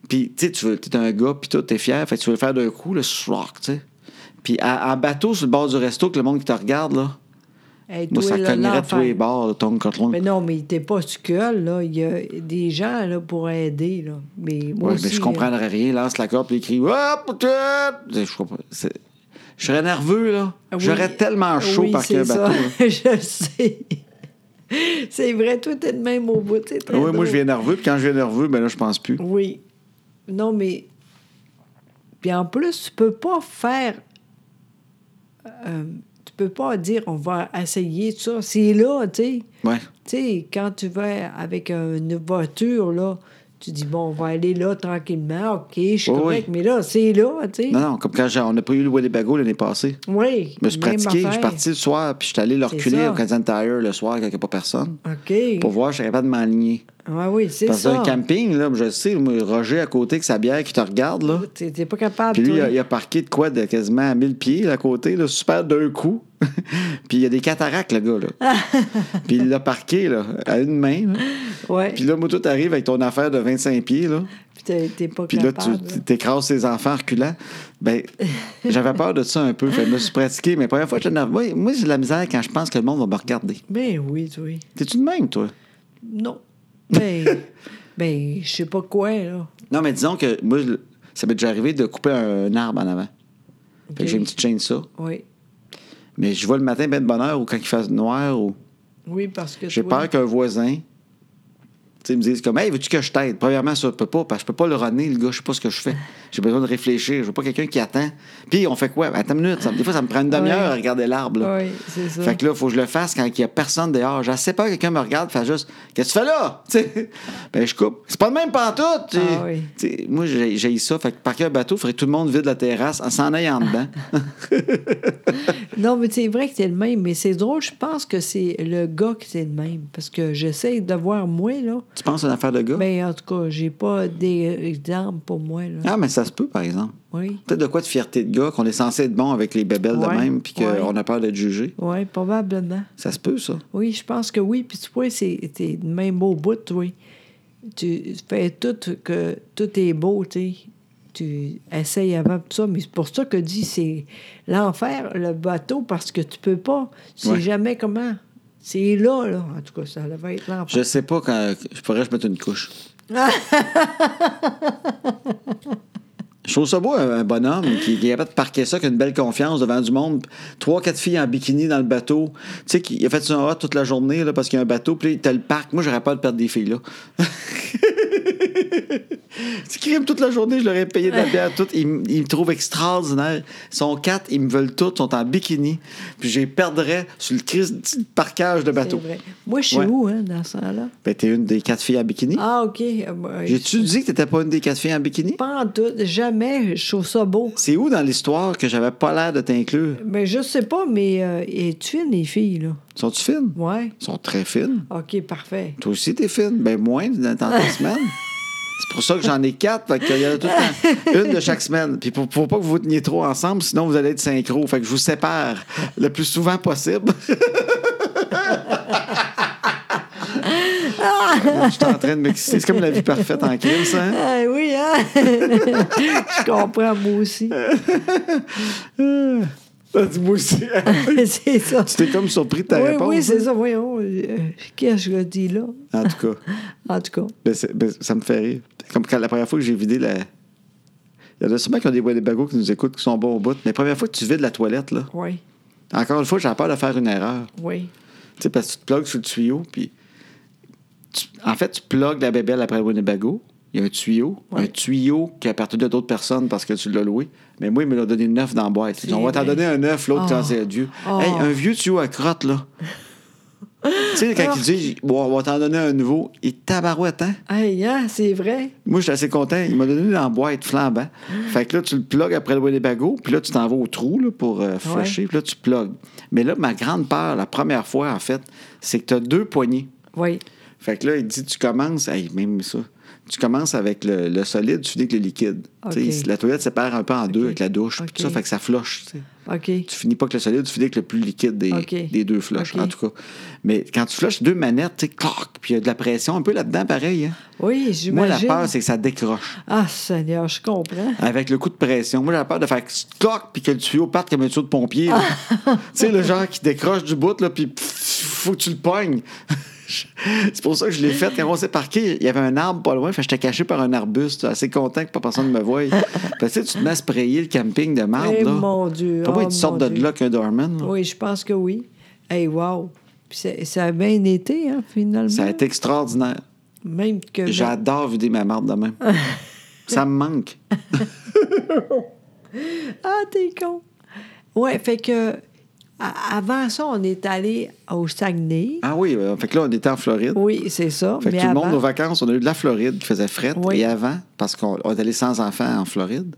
Speaker 1: Puis, tu sais, tu veux- t'es un gars, puis tout, t'es fier, fait que tu veux le faire d'un coup, le soir, tu sais. Puis, à- en bateau, sur le bord du resto, que le monde qui te regarde, là,
Speaker 2: Hey,
Speaker 1: moi,
Speaker 2: toi,
Speaker 1: ça
Speaker 2: là,
Speaker 1: cognerait
Speaker 2: l'enfer.
Speaker 1: tous les bords, là, ton cotelon.
Speaker 2: Mais non, mais t'es pas seul, là. Il y a des gens, là, pour aider, là. Mais moi
Speaker 1: Ouais,
Speaker 2: aussi, hein.
Speaker 1: mais je
Speaker 2: là.
Speaker 1: comprendrais rien, lance la corde, puis il crie, Ah, peut-être! Je comprends- c'est- je serais nerveux, là.
Speaker 2: Oui.
Speaker 1: J'aurais tellement chaud
Speaker 2: Oui,
Speaker 1: par
Speaker 2: c'est
Speaker 1: qu'un
Speaker 2: ça.
Speaker 1: bateau. là.
Speaker 2: je le sais. c'est vrai, toi, t'es de même au bout. c'est très
Speaker 1: Ah oui, moi,
Speaker 2: drôle.
Speaker 1: je viens nerveux, puis quand je viens nerveux, ben là, je pense plus.
Speaker 2: Oui. Non, mais. Puis en plus, tu peux pas faire. euh, tu peux pas dire on va essayer tout ça. C'est là, tu sais.
Speaker 1: Ouais.
Speaker 2: Tu sais, quand tu vas avec une voiture, là, Tu dis, bon, on va aller là tranquillement, OK, je suis
Speaker 1: Oui,
Speaker 2: correct,
Speaker 1: oui.
Speaker 2: mais là, c'est là, tu sais.
Speaker 1: Non, non, comme quand j'ai- on n'a pas eu le Winnebago l'année passée.
Speaker 2: Oui.
Speaker 1: Je me suis
Speaker 2: même
Speaker 1: pratiqué, je suis
Speaker 2: affaire.
Speaker 1: parti le soir, puis je suis allé leur
Speaker 2: C'est
Speaker 1: reculer
Speaker 2: ça.
Speaker 1: au Canadian Tire le soir quand il n'y a pas personne.
Speaker 2: OK.
Speaker 1: Pour voir, je suis capable de m'aligner.
Speaker 2: Ah oui, c'est
Speaker 1: Parce
Speaker 2: ça.
Speaker 1: qu'un camping, là, je le sais, moi, Roger à côté avec sa bière qui te regarde, là.
Speaker 2: T'es t'es pas capable,
Speaker 1: Puis lui, il
Speaker 2: toi.
Speaker 1: a, il a parqué de quoi de quasiment à 1000 pieds là, à côté, là, super d'un coup. puis il y a des cataractes, le gars. Là. puis il l'a parqué là, à une main. là.
Speaker 2: Ouais.
Speaker 1: Puis là, moi, tout arrive avec ton affaire de 25 pieds. Là.
Speaker 2: Puis t'es t'es pas
Speaker 1: Puis là, tu
Speaker 2: capable. là.
Speaker 1: t'écrases tes enfants reculants. Ben, j'avais peur de ça un peu. Fait que je me suis pratiqué, mais première fois, j'étais nerveux. Moi, moi, j'ai de la misère quand je pense que le monde va me regarder.
Speaker 2: Ben oui, oui.
Speaker 1: T'es-tu de même, toi?
Speaker 2: Non. Ben, ben je sais pas quoi, là.
Speaker 1: Non, mais disons que moi, je- ça m'est déjà arrivé de couper un, un arbre en avant. Fait que
Speaker 2: Ok.
Speaker 1: j'ai une petite chaîne ça.
Speaker 2: Oui.
Speaker 1: Mais je vois le matin, ben de bonne heure, ou quand il fasse noir, ou.
Speaker 2: Oui, parce que
Speaker 1: J'ai
Speaker 2: toi-
Speaker 1: peur qu'un voisin tu sais, me dise comme Hey, veux-tu que je t'aide? Premièrement, ça je peux pas, parce que je peux pas le runner, le gars, je sais pas ce que je fais. J'ai besoin de réfléchir. Je veux pas quelqu'un qui attend. Puis on fait quoi? Attends une minute. ça- des fois, ça me prend une demi-heure
Speaker 2: Ouais.
Speaker 1: à regarder l'arbre. là.
Speaker 2: Oui, c'est ça.
Speaker 1: Fait que là, il faut que je le fasse quand il y a personne dehors. J'ai assez peur que quelqu'un me regarde, fasse juste Qu'est-ce que tu fais là? Tu sais, ben, je coupe. C'est pas le même pantoute. Tu-
Speaker 2: Ah oui.
Speaker 1: tu sais, Moi, j'ai j'ai ça. Fait que parquer un bateau, il faudrait que tout le monde vide la terrasse en s'en aille en dedans.
Speaker 2: Non, mais c'est vrai que c'est le même, mais c'est drôle, je pense que c'est le gars qui c'est le même. Parce que j'essaie de voir moi, là.
Speaker 1: tu penses à une affaire de gars?
Speaker 2: Mais en tout cas, j'ai pas d'exemple pour moi, là.
Speaker 1: Ah, mais ça se peut, par exemple.
Speaker 2: Oui.
Speaker 1: Peut-être de quoi de fierté de gars, qu'on est censé être bon avec les bébelles de
Speaker 2: Ouais,
Speaker 1: même, puis
Speaker 2: ouais.
Speaker 1: qu'on a peur d'être jugé.
Speaker 2: Oui, probablement.
Speaker 1: Ça se peut, ça.
Speaker 2: Oui, je pense que oui. Puis tu vois, c'est t'es de même beau bout, oui. Tu fais tout que tout est beau, tu sais. Tu essayes avant tout ça, mais c'est pour ça que dit c'est l'enfer, le bateau, parce que tu peux pas. Tu
Speaker 1: Ouais.
Speaker 2: sais jamais comment. C'est là, là. En tout cas, ça devait être l'enfer.
Speaker 1: Je sais pas quand. Je pourrais je mettre une couche. Je trouve ça beau, un un bonhomme qui, qui est capable de parquer ça, qui a une belle confiance devant du monde. Trois, quatre filles en bikini dans le bateau. Tu sais, qu'il a fait son hot toute la journée là, parce qu'il y a un bateau, puis là, t'as le parc. Moi, j'aurais peur de perdre des filles, là. C'est crime toute la journée, je leur ai payé de la bière toute. Ils, m- ils me trouvent extraordinaire. Ils sont quatre, ils me veulent toutes, ils sont en bikini. Puis je les perdrais sur le crise du parquage de
Speaker 2: C'est
Speaker 1: bateau.
Speaker 2: vrai. Moi, je suis
Speaker 1: Ouais.
Speaker 2: où, hein, dans ce temps-là?
Speaker 1: Ben, t'es une des quatre filles en bikini.
Speaker 2: Ah, OK. Euh, bah,
Speaker 1: J'ai-tu dit que t'étais pas une des quatre filles en bikini?
Speaker 2: Pas en tout. Jamais. Je trouve ça beau.
Speaker 1: C'est où dans l'histoire que j'avais pas l'air de t'inclure?
Speaker 2: Mais je sais pas, mais euh, es-tu une des filles, là?
Speaker 1: Sont-tu fines?
Speaker 2: Ouais.
Speaker 1: Ils sont très fines.
Speaker 2: OK, parfait.
Speaker 1: Toi aussi, t'es fine. Ben, moins dans dans ta semaine. C'est pour ça que j'en ai quatre. Fait qu'il y en a tout le temps une de chaque semaine. Puis pour, pour pas que vous vous teniez trop ensemble, sinon vous allez être synchro. Fait que je vous sépare le plus souvent possible. je suis en train de m'exciter. C'est comme la vie parfaite en crime, ça. hein?
Speaker 2: Ah oui, hein? je comprends, moi aussi.
Speaker 1: Ah, Dis-moi aussi.
Speaker 2: c'est ça.
Speaker 1: Tu t'es comme surpris de Euh, ta
Speaker 2: oui,
Speaker 1: réponse.
Speaker 2: oui, c'est
Speaker 1: hein?
Speaker 2: ça. Voyons, euh, qu'est-ce que je le dis là?
Speaker 1: En tout cas.
Speaker 2: En tout cas,
Speaker 1: Ben, c'est- ben, ça me fait rire. Comme quand la première fois que j'ai vidé la. Il y en a sûrement qui ont des Winnebago qui nous écoutent, qui sont bons au bout. Mais la première fois que tu vides la toilette, là,
Speaker 2: oui,
Speaker 1: encore une fois, j'ai peur de faire une erreur.
Speaker 2: oui.
Speaker 1: Tu sais, parce que tu te plugues sur le tuyau, puis. tu- En fait, tu plugues la bébelle après le Winnebago. Il y a un tuyau.
Speaker 2: Ouais.
Speaker 1: Un tuyau qui appartient à d'autres personnes parce que tu l'as loué. Mais moi, il me l'a donné neuf dans la boîte. Ils ont, on va t'en
Speaker 2: vrai.
Speaker 1: donner un neuf, l'autre,
Speaker 2: Oh.
Speaker 1: t'en c'est Dieu.
Speaker 2: Oh.
Speaker 1: Hey, un vieux tuyau à crotte, là. tu sais, quand
Speaker 2: Alors-
Speaker 1: ils disent, bon, on va t'en donner un nouveau, il tabarouette, hein?
Speaker 2: Hey, hein, c'est vrai.
Speaker 1: Moi, j'étais assez content. Il m'a donné une boîte flambant. Fait que là, tu le plugues après le Winnebago, puis là, tu t'en vas au trou là, pour euh, flusher, puis là, tu plugues. Mais là, ma grande peur, la première fois, en fait, c'est que tu as deux poignées.
Speaker 2: Oui,
Speaker 1: Fait que là, il dit, tu commences, hey, même ça, tu commences avec le, le solide, tu finis avec le liquide.
Speaker 2: OK.
Speaker 1: Tu sais, La toilette sépare un peu en deux
Speaker 2: OK.
Speaker 1: avec la douche, puis
Speaker 2: OK.
Speaker 1: tout ça, fait que ça flush. tu sais.
Speaker 2: OK.
Speaker 1: Tu finis pas avec le solide, tu finis avec le plus liquide des,
Speaker 2: OK.
Speaker 1: des deux flushs,
Speaker 2: OK.
Speaker 1: en tout cas. Mais quand tu flushes deux manettes, tu sais, clac, puis il y a de la pression un peu là-dedans, pareil. hein.
Speaker 2: Oui,
Speaker 1: Moi, la
Speaker 2: j'imagine.
Speaker 1: peur, c'est que ça décroche
Speaker 2: Ah, Seigneur, je comprends.
Speaker 1: avec le coup de pression. Moi, j'avais peur de faire cloc puis que le tuyau parte comme un tuyau de pompier. là. tu sais, le genre qui décroche du bout, là, puis pff, faut que tu le pognes. C'est pour ça que je l'ai fait. Quand on s'est parqué, il y avait un arbre pas loin. Fait que j'étais caché par un arbuste, assez content que pas personne me voie. Fait que, tu sais, tu te mets à sprayer le camping de marde,
Speaker 2: Eh,
Speaker 1: là.
Speaker 2: mon Dieu.
Speaker 1: Comment
Speaker 2: oh,
Speaker 1: tu sortes
Speaker 2: mon
Speaker 1: de
Speaker 2: Dieu.
Speaker 1: là qu'un dorman, là?
Speaker 2: Oui, je pense que oui. Hey, wow. Puis c'est- ça a bien été, hein, finalement.
Speaker 1: Ça a été extraordinaire.
Speaker 2: Même que.
Speaker 1: J'adore vider ma marde de même. ça me manque.
Speaker 2: Ah, t'es con. Ouais, fait que A- Avant ça, on est allé au Saguenay.
Speaker 1: Ah oui, euh, fait que là, on était en Floride.
Speaker 2: Oui, c'est ça.
Speaker 1: Fait que
Speaker 2: mais
Speaker 1: tout le
Speaker 2: avant,
Speaker 1: monde, aux vacances, on a eu de la Floride qui faisait fret.
Speaker 2: Oui.
Speaker 1: Et avant, parce qu'on on est allé sans enfants en Floride,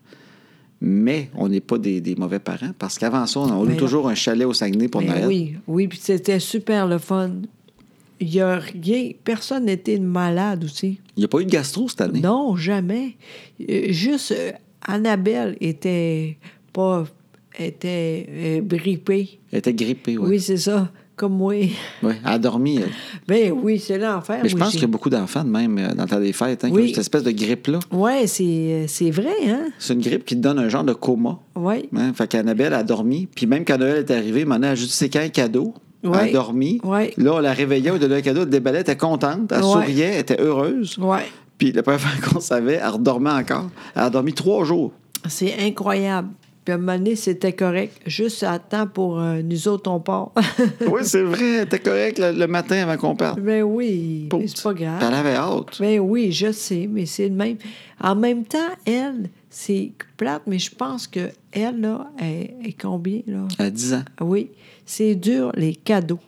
Speaker 1: mais on n'est pas des, des mauvais parents, parce qu'avant ça, on on
Speaker 2: Mais
Speaker 1: loue toujours un chalet au Saguenay pour
Speaker 2: Mais
Speaker 1: Noël.
Speaker 2: Oui, oui, puis c'était super le fun. Il y a rien, personne n'était malade aussi.
Speaker 1: Il n'y a pas eu de gastro cette année.
Speaker 2: Non, jamais. Euh, Juste euh, Annabelle était pas était euh, grippée.
Speaker 1: Elle était grippée,
Speaker 2: Oui,
Speaker 1: oui.
Speaker 2: c'est ça, comme moi.
Speaker 1: Ouais, Elle a dormi. elle.
Speaker 2: Ben oui, c'est l'enfer.
Speaker 1: Mais je
Speaker 2: oui,
Speaker 1: pense
Speaker 2: c'est-
Speaker 1: qu'il y a beaucoup d'enfants, de même, euh, dans le temps des fêtes, hein, qui
Speaker 2: Oui.
Speaker 1: ont cette espèce de grippe-là.
Speaker 2: Ouais, c'est c'est vrai hein.
Speaker 1: C'est une grippe qui te donne un genre de coma.
Speaker 2: Ouais.
Speaker 1: Hein? Fait qu'Annabelle a dormi. Puis même quand Noël est arrivé, Manon a juste séqué un cadeau.
Speaker 2: Ouais.
Speaker 1: Elle a dormi.
Speaker 2: Ouais.
Speaker 1: Là, on la réveillait, on lui donnait un cadeau, elle déballait, elle était contente, elle
Speaker 2: Ouais.
Speaker 1: souriait, elle était heureuse.
Speaker 2: Ouais.
Speaker 1: Puis la première fois qu'on savait, elle redormait encore. Elle a dormi trois jours.
Speaker 2: C'est incroyable. Puis à un moment donné, c'était correct. Juste à temps pour euh, nous autres, on part.
Speaker 1: oui, c'est vrai, elle était correcte le, le matin avant qu'on parte.
Speaker 2: ben oui, mais c'est pas grave.
Speaker 1: Puis elle avait hâte.
Speaker 2: Ben oui, je sais, mais c'est le même. En même temps, elle, c'est plate, mais je pense que elle, là, est, est combien, là? Ah
Speaker 1: À 10 ans.
Speaker 2: Oui, c'est dur, les cadeaux.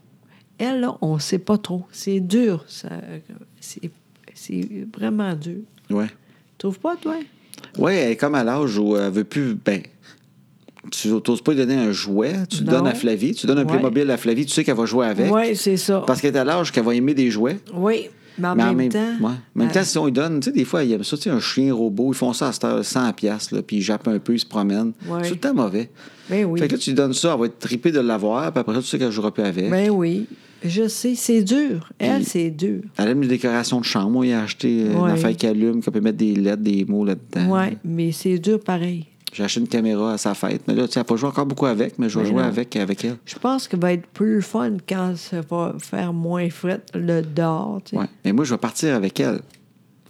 Speaker 2: Elle, là, on sait pas trop. C'est dur, ça. C'est, c'est vraiment dur.
Speaker 1: Ouais.
Speaker 2: Trouves pas, toi?
Speaker 1: Oui, elle est comme à l'âge où elle veut plus. Ben, tu n'oses pas lui donner un jouet, tu le
Speaker 2: Non.
Speaker 1: donnes à Flavie, tu donnes un
Speaker 2: Ouais.
Speaker 1: Playmobil à Flavie, tu sais qu'elle va jouer avec.
Speaker 2: Oui, c'est ça.
Speaker 1: Parce qu'elle est à l'âge qu'elle va aimer des jouets.
Speaker 2: Oui, mais
Speaker 1: Mais
Speaker 2: en, même,
Speaker 1: en même
Speaker 2: temps.
Speaker 1: ouais. En même
Speaker 2: euh,
Speaker 1: temps, si on lui donne, tu sais, des fois, ils aiment ça, tu sais, un chien robot, ils font ça à cette heure, 100 piastres, là, puis ils jappent un peu, ils se promènent.
Speaker 2: Ouais.
Speaker 1: C'est tout le temps mauvais.
Speaker 2: Ben oui.
Speaker 1: Fait que là, tu lui donnes ça, elle va être tripée de l'avoir, puis après ça, tu sais qu'elle jouera plus avec.
Speaker 2: Ben oui, je sais, c'est dur. Elle, c'est dur.
Speaker 1: Elle aime les décorations de chambre. Moi, il a acheté euh, une
Speaker 2: Ouais.
Speaker 1: affaire qui allume, qu'on peut mettre des lettres, des mots là-dedans.
Speaker 2: Oui, mais c'est dur pareil.
Speaker 1: J'ai acheté une caméra à sa fête. Mais là, tu sais, elle n'a pas joué encore beaucoup avec, mais je vais
Speaker 2: Mais
Speaker 1: jouer
Speaker 2: non.
Speaker 1: avec, avec elle.
Speaker 2: Je pense que va être plus fun quand ça va faire moins fret le dehors. tu sais.
Speaker 1: Ouais. Mais moi, je vais partir avec elle.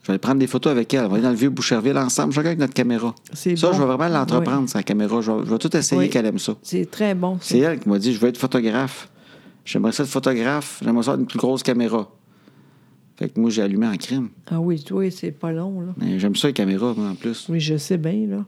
Speaker 1: Je vais aller prendre des photos avec elle. On va aller dans le vieux Boucherville ensemble, chacun avec notre caméra. Ça,
Speaker 2: C'est bon.
Speaker 1: je vais vraiment l'entreprendre, sa caméra. Je vais, je vais tout essayer
Speaker 2: Oui.
Speaker 1: qu'elle aime ça.
Speaker 2: C'est très bon. ça.
Speaker 1: C'est elle qui m'a dit Je veux être photographe. J'aimerais ça être photographe. J'aimerais ça avoir une plus grosse caméra. Fait que moi, j'ai allumé en crime.
Speaker 2: Ah oui, toi, c'est pas long. Là.
Speaker 1: Mais J'aime ça, les caméras, moi, en plus.
Speaker 2: Oui, je sais bien. là.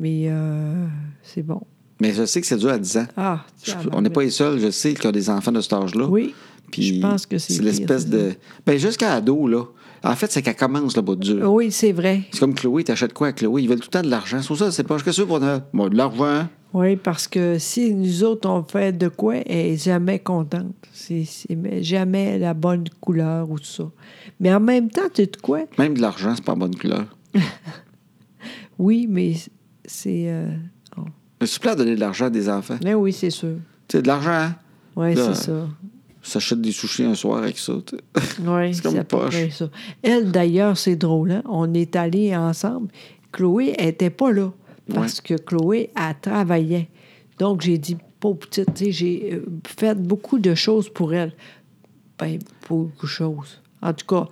Speaker 2: Mais euh, c'est bon.
Speaker 1: Mais je sais que c'est dur à 10 ans.
Speaker 2: Ah,
Speaker 1: Je-
Speaker 2: tiens,
Speaker 1: on n'est pas les seuls, je sais, qui ont des enfants de cet âge-là.
Speaker 2: Oui,
Speaker 1: Puis
Speaker 2: je pense que c'est
Speaker 1: C'est
Speaker 2: pire,
Speaker 1: l'espèce
Speaker 2: c'est
Speaker 1: de. Ben, jusqu'à ado, là. En fait, c'est qu'elle commence le bout de dur.
Speaker 2: Oui, c'est vrai.
Speaker 1: C'est comme Chloé, t'achètes quoi à Chloé? Ils veulent tout le temps de l'argent. Sous ça, c'est pas. Qu'est-ce que pour Bon, de l'argent.
Speaker 2: Oui, parce que si nous autres, on fait de quoi, elle est jamais contente. C'est c'est jamais la bonne couleur ou tout ça. Mais en même temps, tu sais de quoi?
Speaker 1: Même de l'argent, c'est pas en bonne couleur.
Speaker 2: Oui, mais c'est... euh, oh.
Speaker 1: Mais c'est plat de donner de l'argent à des enfants.
Speaker 2: Mais oui, c'est sûr.
Speaker 1: Tu sais, de l'argent, hein?
Speaker 2: Oui,
Speaker 1: Là,
Speaker 2: c'est ça.
Speaker 1: S'achète des sushis un soir avec ça. tu sais.
Speaker 2: Oui,
Speaker 1: c'est comme
Speaker 2: c'est à peu
Speaker 1: poche.
Speaker 2: près ça. Elle, d'ailleurs, c'est drôle. hein? On est allés ensemble. Chloé elle était pas là parce que Chloé, elle travaillait. Donc, j'ai dit, pauvre petite, tu sais, j'ai euh, fait beaucoup de choses pour elle. Ben, pas beaucoup de choses. En tout cas,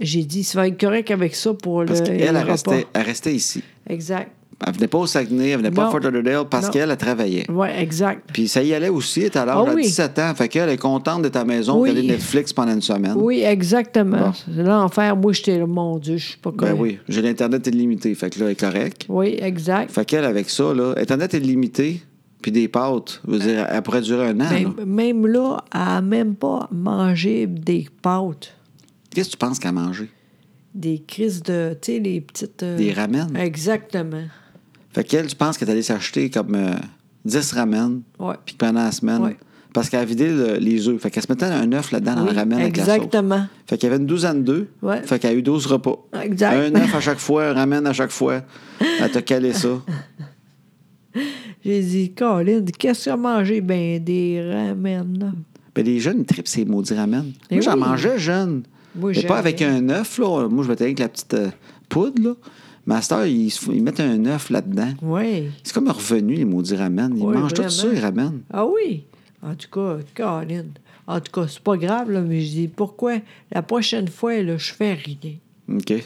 Speaker 2: j'ai dit, ça va être correct avec ça pour
Speaker 1: Parce
Speaker 2: le,
Speaker 1: qu'elle,
Speaker 2: le
Speaker 1: elle
Speaker 2: repas.
Speaker 1: restait, elle restait ici.
Speaker 2: Exact.
Speaker 1: Elle venait pas au Saguenay, elle venait pas à
Speaker 2: Non.
Speaker 1: Fort Lauderdale parce
Speaker 2: Non.
Speaker 1: qu'elle, elle travaillait.
Speaker 2: Oui, exact.
Speaker 1: Puis ça y allait aussi, elle est à l'âge
Speaker 2: Ah
Speaker 1: de
Speaker 2: oui.
Speaker 1: 17 ans. Fait qu'elle est contente d'être à la maison,
Speaker 2: Oui.
Speaker 1: regarder Netflix pendant une semaine.
Speaker 2: Oui, exactement.
Speaker 1: Bon.
Speaker 2: C'est L'enfer, moi, j'étais là, mon Dieu, je suis pas
Speaker 1: Ben
Speaker 2: correct.
Speaker 1: oui, j'ai l'Internet illimité. Fait que là, elle est correcte.
Speaker 2: Oui, exact.
Speaker 1: Fait qu'elle, avec ça, là, Internet illimité, puis des pâtes, je veux dire, elle pourrait durer un an. là.
Speaker 2: Même, même là, elle n'a même pas mangé des pâtes,
Speaker 1: Qu'est-ce que tu penses qu'elle a mangé?
Speaker 2: des crises de. Tu sais, les petites. euh,
Speaker 1: Des ramen.
Speaker 2: Exactement.
Speaker 1: Fait qu'elle, tu penses qu'elle est allée s'acheter comme euh, 10 ramen,
Speaker 2: Ouais.
Speaker 1: puis que pendant la semaine.
Speaker 2: Ouais.
Speaker 1: Parce qu'elle a vidé le- les œufs. Fait qu'elle se mettait un œuf là-dedans dans
Speaker 2: Oui,
Speaker 1: le ramen avec la sauce.
Speaker 2: exactement.
Speaker 1: Fait qu'il y avait une douzaine d'œufs.
Speaker 2: Ouais.
Speaker 1: Fait qu'elle a eu 12 repas.
Speaker 2: Exact.
Speaker 1: Un œuf à chaque fois, un ramen à chaque fois. Elle t'a calé ça.
Speaker 2: J'ai dit, Colin, qu'est-ce que tu as mangé? Ben, des ramen. là.
Speaker 1: Ben, les jeunes, ils tripent ces maudits ramen.
Speaker 2: Eh
Speaker 1: moi, j'en
Speaker 2: oui.
Speaker 1: mangeais jeune.
Speaker 2: Moi,
Speaker 1: mais pas
Speaker 2: j'avais.
Speaker 1: avec un œuf, là. Moi, je mettais avec la petite euh, poudre, là. Master, ils, se font- ils mettent un œuf là-dedans.
Speaker 2: Oui.
Speaker 1: C'est comme revenu, les maudits ramen. Ils
Speaker 2: Oui,
Speaker 1: mangent tout
Speaker 2: vraiment.
Speaker 1: ça, ils ramènent.
Speaker 2: Ah oui. En tout cas, Colin. En tout cas, c'est pas grave, là, mais je dis, pourquoi la prochaine fois, là, je fais rien?
Speaker 1: OK.
Speaker 2: Tu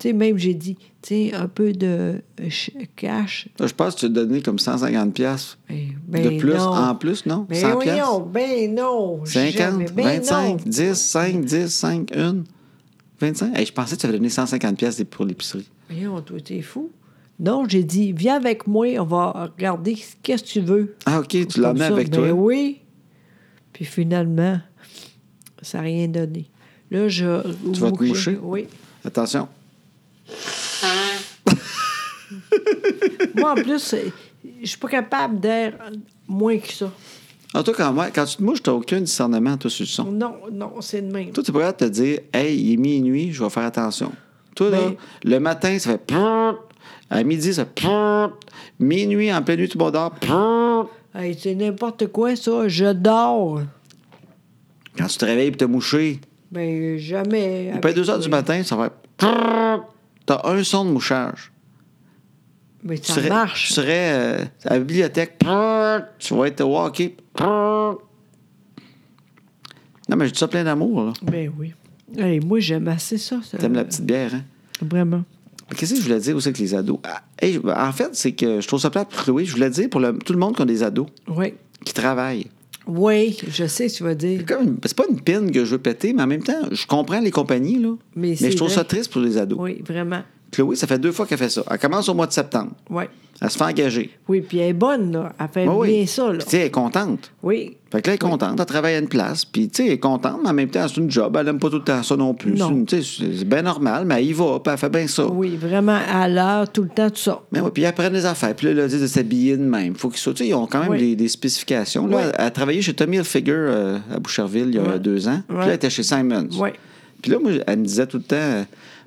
Speaker 2: sais, même, j'ai dit, tu sais, un peu de euh, ch- cash.
Speaker 1: Là, je pense que tu as donné comme 150 pièces
Speaker 2: Ben,
Speaker 1: de
Speaker 2: ben
Speaker 1: plus
Speaker 2: non.
Speaker 1: en plus, non?
Speaker 2: Mais
Speaker 1: 100 pièces.
Speaker 2: voyons, ben non.
Speaker 1: 50,
Speaker 2: jamais, ben
Speaker 1: 25,
Speaker 2: non.
Speaker 1: 10, 5, 10, 5, 1, 25. Hey, je pensais que tu avais donné 150 pièces pour l'épicerie.
Speaker 2: Voyons, toi, t'es fou. Non, j'ai dit, viens avec moi, on va regarder qu'est-ce que tu veux.
Speaker 1: Ah, OK, tu
Speaker 2: Comme
Speaker 1: l'emmènes
Speaker 2: ça,
Speaker 1: avec
Speaker 2: ben
Speaker 1: toi.
Speaker 2: oui. Puis finalement, ça n'a rien donné. Là, je.
Speaker 1: Tu vas te
Speaker 2: oui,
Speaker 1: moucher?
Speaker 2: Oui.
Speaker 1: Attention.
Speaker 2: Moi, en plus, euh, je suis pas capable d'air moins que ça.
Speaker 1: En tout cas, moi, quand tu te mouches, tu n'as aucun discernement, toi, sur le son.
Speaker 2: Non, non, c'est de même.
Speaker 1: Toi, tu es prêt à te dire, hey, il est minuit, je vais faire attention. Toi, là,
Speaker 2: Ben-
Speaker 1: le matin, ça fait prrrt. à midi, ça fait prrrt. minuit, en pleine nuit, tout le monde dort. prrrt.
Speaker 2: Hey, c'est n'importe quoi, ça. Je dors.
Speaker 1: Quand tu te réveilles et te moucher,
Speaker 2: Ben, jamais.
Speaker 1: après
Speaker 2: avec
Speaker 1: 2 heures
Speaker 2: toi.
Speaker 1: du matin, ça fait prrrt. T'as un son de mouchage.
Speaker 2: Mais ça
Speaker 1: tu serais,
Speaker 2: marche.
Speaker 1: Tu serais euh, à la bibliothèque, prrrt. tu vas être walké. prrrt. Non, mais je dis ça plein d'amour, là.
Speaker 2: Ben oui. Hey, moi, j'aime assez ça. ça.
Speaker 1: T'aimes la petite bière, hein?
Speaker 2: Vraiment.
Speaker 1: Mais Qu'est-ce que je voulais dire aussi avec les ados? Ah, hey, en fait, c'est que je trouve ça plate pour Chloé. Je voulais dire pour le- tout le monde qui a des ados,
Speaker 2: Oui.
Speaker 1: qui travaillent.
Speaker 2: Oui, je sais, tu vas dire.
Speaker 1: C'est comme une- C'est pas une pine que je veux péter, mais en même temps, je comprends les compagnies, là.
Speaker 2: Mais
Speaker 1: Mais,
Speaker 2: c'est
Speaker 1: je trouve
Speaker 2: vrai.
Speaker 1: ça triste pour les ados.
Speaker 2: Oui, vraiment.
Speaker 1: Chloé, ça fait deux fois qu'elle fait ça. Elle commence au mois de septembre.
Speaker 2: Oui.
Speaker 1: Elle se fait engager.
Speaker 2: Oui, puis elle est bonne, là. Elle fait
Speaker 1: Oui, Oh oui.
Speaker 2: bien ça, là.
Speaker 1: Puis, tu sais, elle est contente.
Speaker 2: Oui.
Speaker 1: Fait que là, elle est contente, elle travaille à une place, puis tu sais, elle est contente, mais en même temps, c'est une job, elle n'aime pas tout le temps ça non plus.
Speaker 2: Non.
Speaker 1: C'est une- tu sais, C'est bien normal, mais elle y va, puis elle fait bien ça.
Speaker 2: Oui, vraiment à l'heure, tout le temps, tout ça.
Speaker 1: Mais Ben oui, puis ils apprennent les affaires. Puis là, ils leur disent de s'habiller de même. Faut qu'ils soient. tu sais, Ils ont quand même
Speaker 2: Oui.
Speaker 1: des, des spécifications. Là,
Speaker 2: Oui.
Speaker 1: elle a travaillé chez Tommy Hilfiger euh, à Boucherville il y a
Speaker 2: Ouais.
Speaker 1: deux ans. Puis là,
Speaker 2: Ouais.
Speaker 1: elle était chez Simons.
Speaker 2: Oui.
Speaker 1: Puis là, moi, elle me disait tout le temps. euh,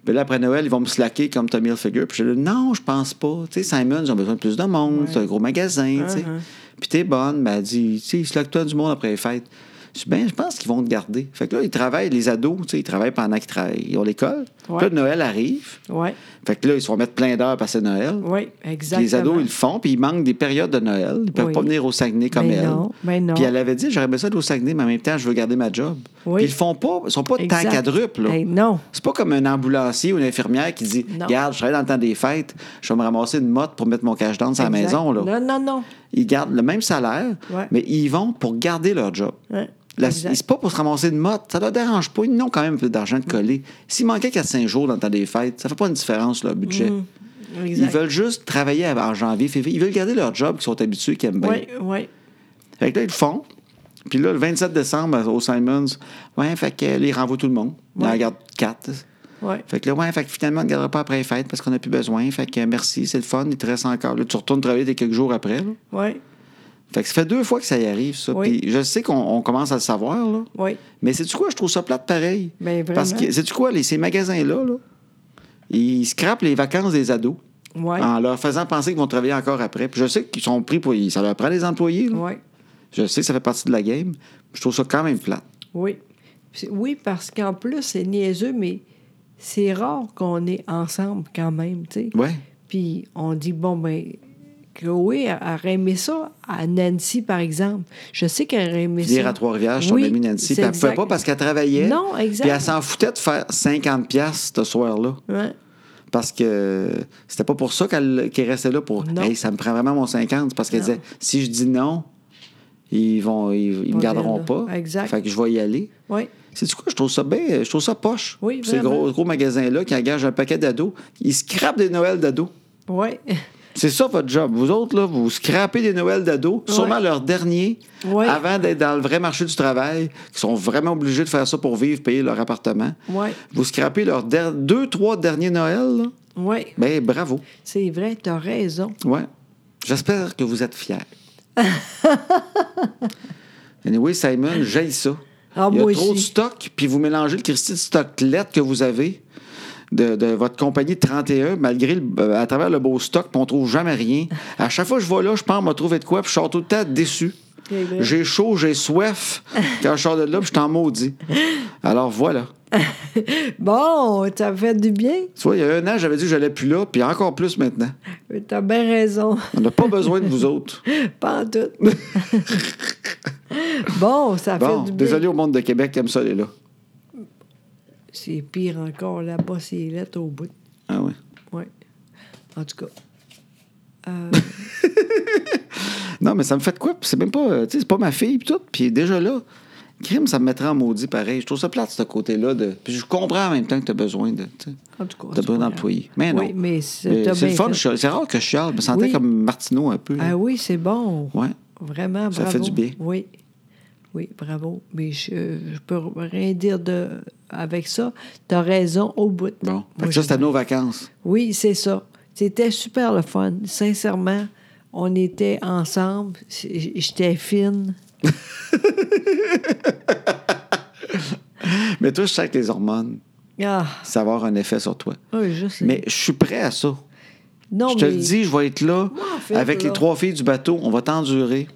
Speaker 1: Ben là, après Noël, ils vont me slacker comme Tommy Hilfiger. Puis je dis, non, je pense pas. Tu sais, Simons, ils ont besoin de plus de monde. C'est un gros magasin, tu sais.
Speaker 2: Uh-huh.
Speaker 1: Puis t'es bonne. Ben, elle dit, tu sais, ils slackent-toi du monde après les fêtes. Je dis, ben, je pense qu'ils vont te garder. Fait que là, ils travaillent, les ados, tu sais, ils travaillent pendant qu'ils travaillent. Ils ont l'école.
Speaker 2: Ouais.
Speaker 1: Puis là, Noël arrive.
Speaker 2: Oui.
Speaker 1: Fait que là, ils se font mettre plein d'heures parce que c'est Noël.
Speaker 2: Oui,
Speaker 1: Puis
Speaker 2: exactement.
Speaker 1: Les ados, ils le font, puis ils manquent des périodes de Noël. Ils ne peuvent
Speaker 2: Oui.
Speaker 1: pas venir au Saguenay comme
Speaker 2: Ben
Speaker 1: elle.
Speaker 2: non, ben non.
Speaker 1: Puis elle avait dit, j'aurais aimé ça être au Saguenay, mais en même temps, je veux garder ma job.
Speaker 2: Oui.
Speaker 1: Puis ils le font pas, ils sont pas tant
Speaker 2: Exact.
Speaker 1: quadruples. là.
Speaker 2: Hey, non.
Speaker 1: C'est pas comme un ambulancier ou une infirmière qui dit,
Speaker 2: Non.
Speaker 1: regarde, je travaille dans le temps des fêtes, je vais me ramasser une motte pour mettre mon cash down sur la
Speaker 2: Exact.
Speaker 1: maison. Là.
Speaker 2: Non, non, non.
Speaker 1: Ils gardent le même salaire,
Speaker 2: Ouais.
Speaker 1: mais ils y vont pour garder leur job.
Speaker 2: Hein,
Speaker 1: La-
Speaker 2: exact.
Speaker 1: C'est pas pour se ramasser une motte, ça leur dérange pas. Ils n'ont quand même un peu d'argent de coller. S'il manquait 4-5 jours dans le temps des fêtes, ça fait pas une différence, leur
Speaker 2: Mm.
Speaker 1: budget.
Speaker 2: Exact.
Speaker 1: Ils veulent juste travailler av- en janvier, février. Ils veulent garder leur job qu'ils sont habitués, qu'ils aiment bien.
Speaker 2: Oui, oui.
Speaker 1: Fait que là, ils le font. Puis là, le 27 décembre, au Simons, ouais, fait que euh, là, ils renvoient tout le monde. Ils en
Speaker 2: Ouais.
Speaker 1: gardent quatre.
Speaker 2: Oui.
Speaker 1: Fait que là, ouais, fait que finalement, on ne gardera pas après les fêtes parce qu'on n'a plus besoin. Fait que euh, merci, c'est le fun, il te reste encore. Là, tu retournes travailler dès quelques jours après. là.
Speaker 2: Oui.
Speaker 1: Fait que ça fait deux fois que ça y arrive, ça.
Speaker 2: Oui.
Speaker 1: Puis je sais qu'on on commence à le savoir, là.
Speaker 2: Oui.
Speaker 1: Mais c'est-tu quoi? Je trouve ça plate pareil.
Speaker 2: Ben, vraiment.
Speaker 1: Parce que, c'est-tu quoi? les- ces magasins-là, là, ils scrapent les vacances des ados.
Speaker 2: Oui.
Speaker 1: En leur faisant penser qu'ils vont travailler encore après. Puis je sais qu'ils sont pris pour. Ça leur prend les employés. là.
Speaker 2: Oui.
Speaker 1: Je sais que ça fait partie de la game. Je trouve ça quand même plate.
Speaker 2: Oui. Puis- Oui, parce qu'en plus, c'est niaiseux, mais c'est rare qu'on est ensemble quand même, tu sais.
Speaker 1: Ouais.
Speaker 2: Puis on dit, bon, ben, Chloé elle aurait aimé ça à Nancy, par exemple. Je sais qu'elle aurait aimé
Speaker 1: Venir
Speaker 2: ça.
Speaker 1: à Trois-Rivières, je suis ton
Speaker 2: Oui,
Speaker 1: amie Nancy.
Speaker 2: c'est
Speaker 1: Puis elle ne pouvait
Speaker 2: exact.
Speaker 1: pas parce qu'elle travaillait.
Speaker 2: Non, exact.
Speaker 1: Puis elle s'en foutait de faire 50$ ce soir-là.
Speaker 2: Ouais.
Speaker 1: Parce que c'était pas pour ça qu'elle qu'elle restait là pour.
Speaker 2: Non.
Speaker 1: Hey, ça me prend vraiment mon 50$. C'est Parce qu'elle
Speaker 2: Non.
Speaker 1: disait, si je dis non, ils vont ils, ils me
Speaker 2: Ouais,
Speaker 1: garderont
Speaker 2: là.
Speaker 1: pas.
Speaker 2: Exact.
Speaker 1: Fait que je vais y aller.
Speaker 2: Oui.
Speaker 1: C'est du quoi? Je trouve ça bien. Je trouve ça poche.
Speaker 2: Oui,
Speaker 1: Ces
Speaker 2: vraiment.
Speaker 1: gros, gros magasins-là qui engagent un paquet d'ados, ils scrapent des Noëls d'ados.
Speaker 2: Oui.
Speaker 1: C'est ça votre job. Vous autres, là, vous scrapez des Noëls d'ados,
Speaker 2: Ouais.
Speaker 1: sûrement leur dernier,
Speaker 2: Ouais.
Speaker 1: avant d'être dans le vrai marché du travail, qui sont vraiment obligés de faire ça pour vivre, payer leur appartement.
Speaker 2: Oui.
Speaker 1: Vous scrapez leurs der- deux, trois derniers Noëls. là.
Speaker 2: Oui.
Speaker 1: Ben, bravo.
Speaker 2: C'est vrai, tu as raison.
Speaker 1: Ouais. J'espère que vous êtes fiers. anyway, Simon, j'aille ça.
Speaker 2: Ah,
Speaker 1: Il y a
Speaker 2: moi
Speaker 1: trop de
Speaker 2: aussi.
Speaker 1: stock, puis vous mélangez le Christy de stocklette que vous avez de, de votre compagnie de 31, malgré le- euh, à travers le beau stock, puis on trouve jamais rien. À chaque fois que je vois là, je pense m'a trouvé de quoi, puis je sors tout le temps déçu.
Speaker 2: C'est vrai.
Speaker 1: J'ai chaud, j'ai soif. Quand je sors de là, puis je t'en maudis. Alors voilà.
Speaker 2: Bon, t'as fait du bien.
Speaker 1: Tu vois, il y a un an, j'avais dit que j'allais plus là, puis encore plus maintenant.
Speaker 2: T'as bien raison.
Speaker 1: On n'a pas besoin de vous autres.
Speaker 2: Pas en tout. bon, ça
Speaker 1: Bon,
Speaker 2: fait du bien.
Speaker 1: désolé au monde de Québec qui aime ça, les là.
Speaker 2: C'est pire encore là-bas, c'est lettre au bout.
Speaker 1: Ah oui.
Speaker 2: Oui. En tout cas.
Speaker 1: Non, mais ça me fait de quoi? Puis C'est même pas, euh, tu sais, c'est pas ma fille, puis tout. Puis déjà là, Crime, ça me mettrait en maudit pareil. Je trouve ça plate, ce côté-là. De... Puis je comprends en même temps que tu as besoin de. tu sais.
Speaker 2: En tout cas.
Speaker 1: T'as
Speaker 2: c'est
Speaker 1: besoin
Speaker 2: pas grave.
Speaker 1: d'employés. Mais non.
Speaker 2: Oui, mais c'est
Speaker 1: Mais
Speaker 2: t'as
Speaker 1: c'est le
Speaker 2: bien
Speaker 1: fun.
Speaker 2: fait.
Speaker 1: je chiale. C'est rare que je chiale. Je me sentais
Speaker 2: Oui.
Speaker 1: comme Martineau un peu. là.
Speaker 2: Ah oui, c'est bon.
Speaker 1: Ouais.
Speaker 2: Vraiment,
Speaker 1: Ça
Speaker 2: bravo.
Speaker 1: fait du bien.
Speaker 2: Oui. Oui, bravo. Mais je ne peux rien dire de, avec ça. Tu as raison au bout.
Speaker 1: Bon. Fait que
Speaker 2: Moi,
Speaker 1: ça,
Speaker 2: j'ai-
Speaker 1: c'était nos vacances.
Speaker 2: Oui, c'est ça. C'était super le fun. Sincèrement, on était ensemble. J- J'étais fine.
Speaker 1: Mais toi, je sais que les hormones,
Speaker 2: Ah,
Speaker 1: ça va avoir un effet sur toi.
Speaker 2: oui, je sais.
Speaker 1: Mais je suis prêt à ça.
Speaker 2: non,
Speaker 1: je te
Speaker 2: mais-
Speaker 1: le dis, je vais être là.
Speaker 2: Moi, en fait,
Speaker 1: avec les
Speaker 2: là-
Speaker 1: trois filles du bateau, on va t'endurer.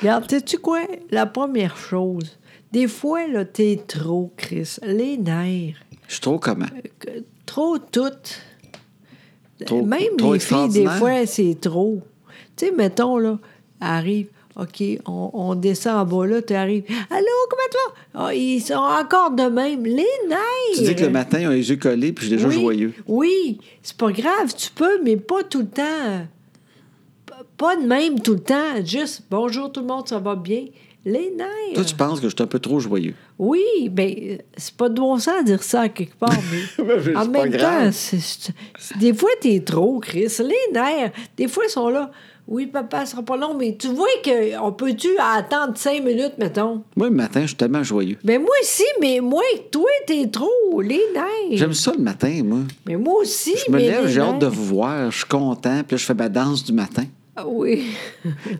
Speaker 2: Regarde, sais-tu quoi? La première chose, des fois, là, t'es trop, Chris. Les nerfs,
Speaker 1: Je suis trop comment?
Speaker 2: que- trop toutes.
Speaker 1: Trop-
Speaker 2: Même
Speaker 1: trop
Speaker 2: les filles, des
Speaker 1: extraordinaire?
Speaker 2: fois, c'est trop. Tu sais, mettons, là, arrive, OK, on, on descend en bas, là, tu arrives. Allô, comment tu vas? Ah, ils sont encore de même. Les nerfs!
Speaker 1: Tu dis que le matin, ils ont les yeux collés, puis je suis déjà
Speaker 2: euh, oui,
Speaker 1: joyeux.
Speaker 2: Oui, c'est pas grave, tu peux, mais pas tout le temps. P- Pas de même tout le temps. Juste, bonjour tout le monde, ça va bien. Les nerfs!
Speaker 1: Toi, tu penses que je suis un peu trop joyeux.
Speaker 2: Oui, ben euh, c'est pas de bon sens de dire ça à quelque part,
Speaker 1: Ben, c'est
Speaker 2: mais en
Speaker 1: pas
Speaker 2: même
Speaker 1: grave.
Speaker 2: temps, c'est- c'est- c'est- des fois, t'es trop, Chris. Les nerfs, des fois, ils sont là. Oui, papa, ce sera pas long, mais tu vois que on peut-tu attendre cinq minutes, mettons?
Speaker 1: Moi, le matin, je suis tellement joyeux.
Speaker 2: Ben moi aussi, mais moi que toi, t'es trop, les nerfs.
Speaker 1: J'aime ça le matin, moi.
Speaker 2: Mais moi aussi,
Speaker 1: Je me
Speaker 2: mais
Speaker 1: lève,
Speaker 2: les
Speaker 1: j'ai hâte de
Speaker 2: nerfs.
Speaker 1: vous voir, je suis content, puis là, je fais ma danse du matin,
Speaker 2: Ah Oui.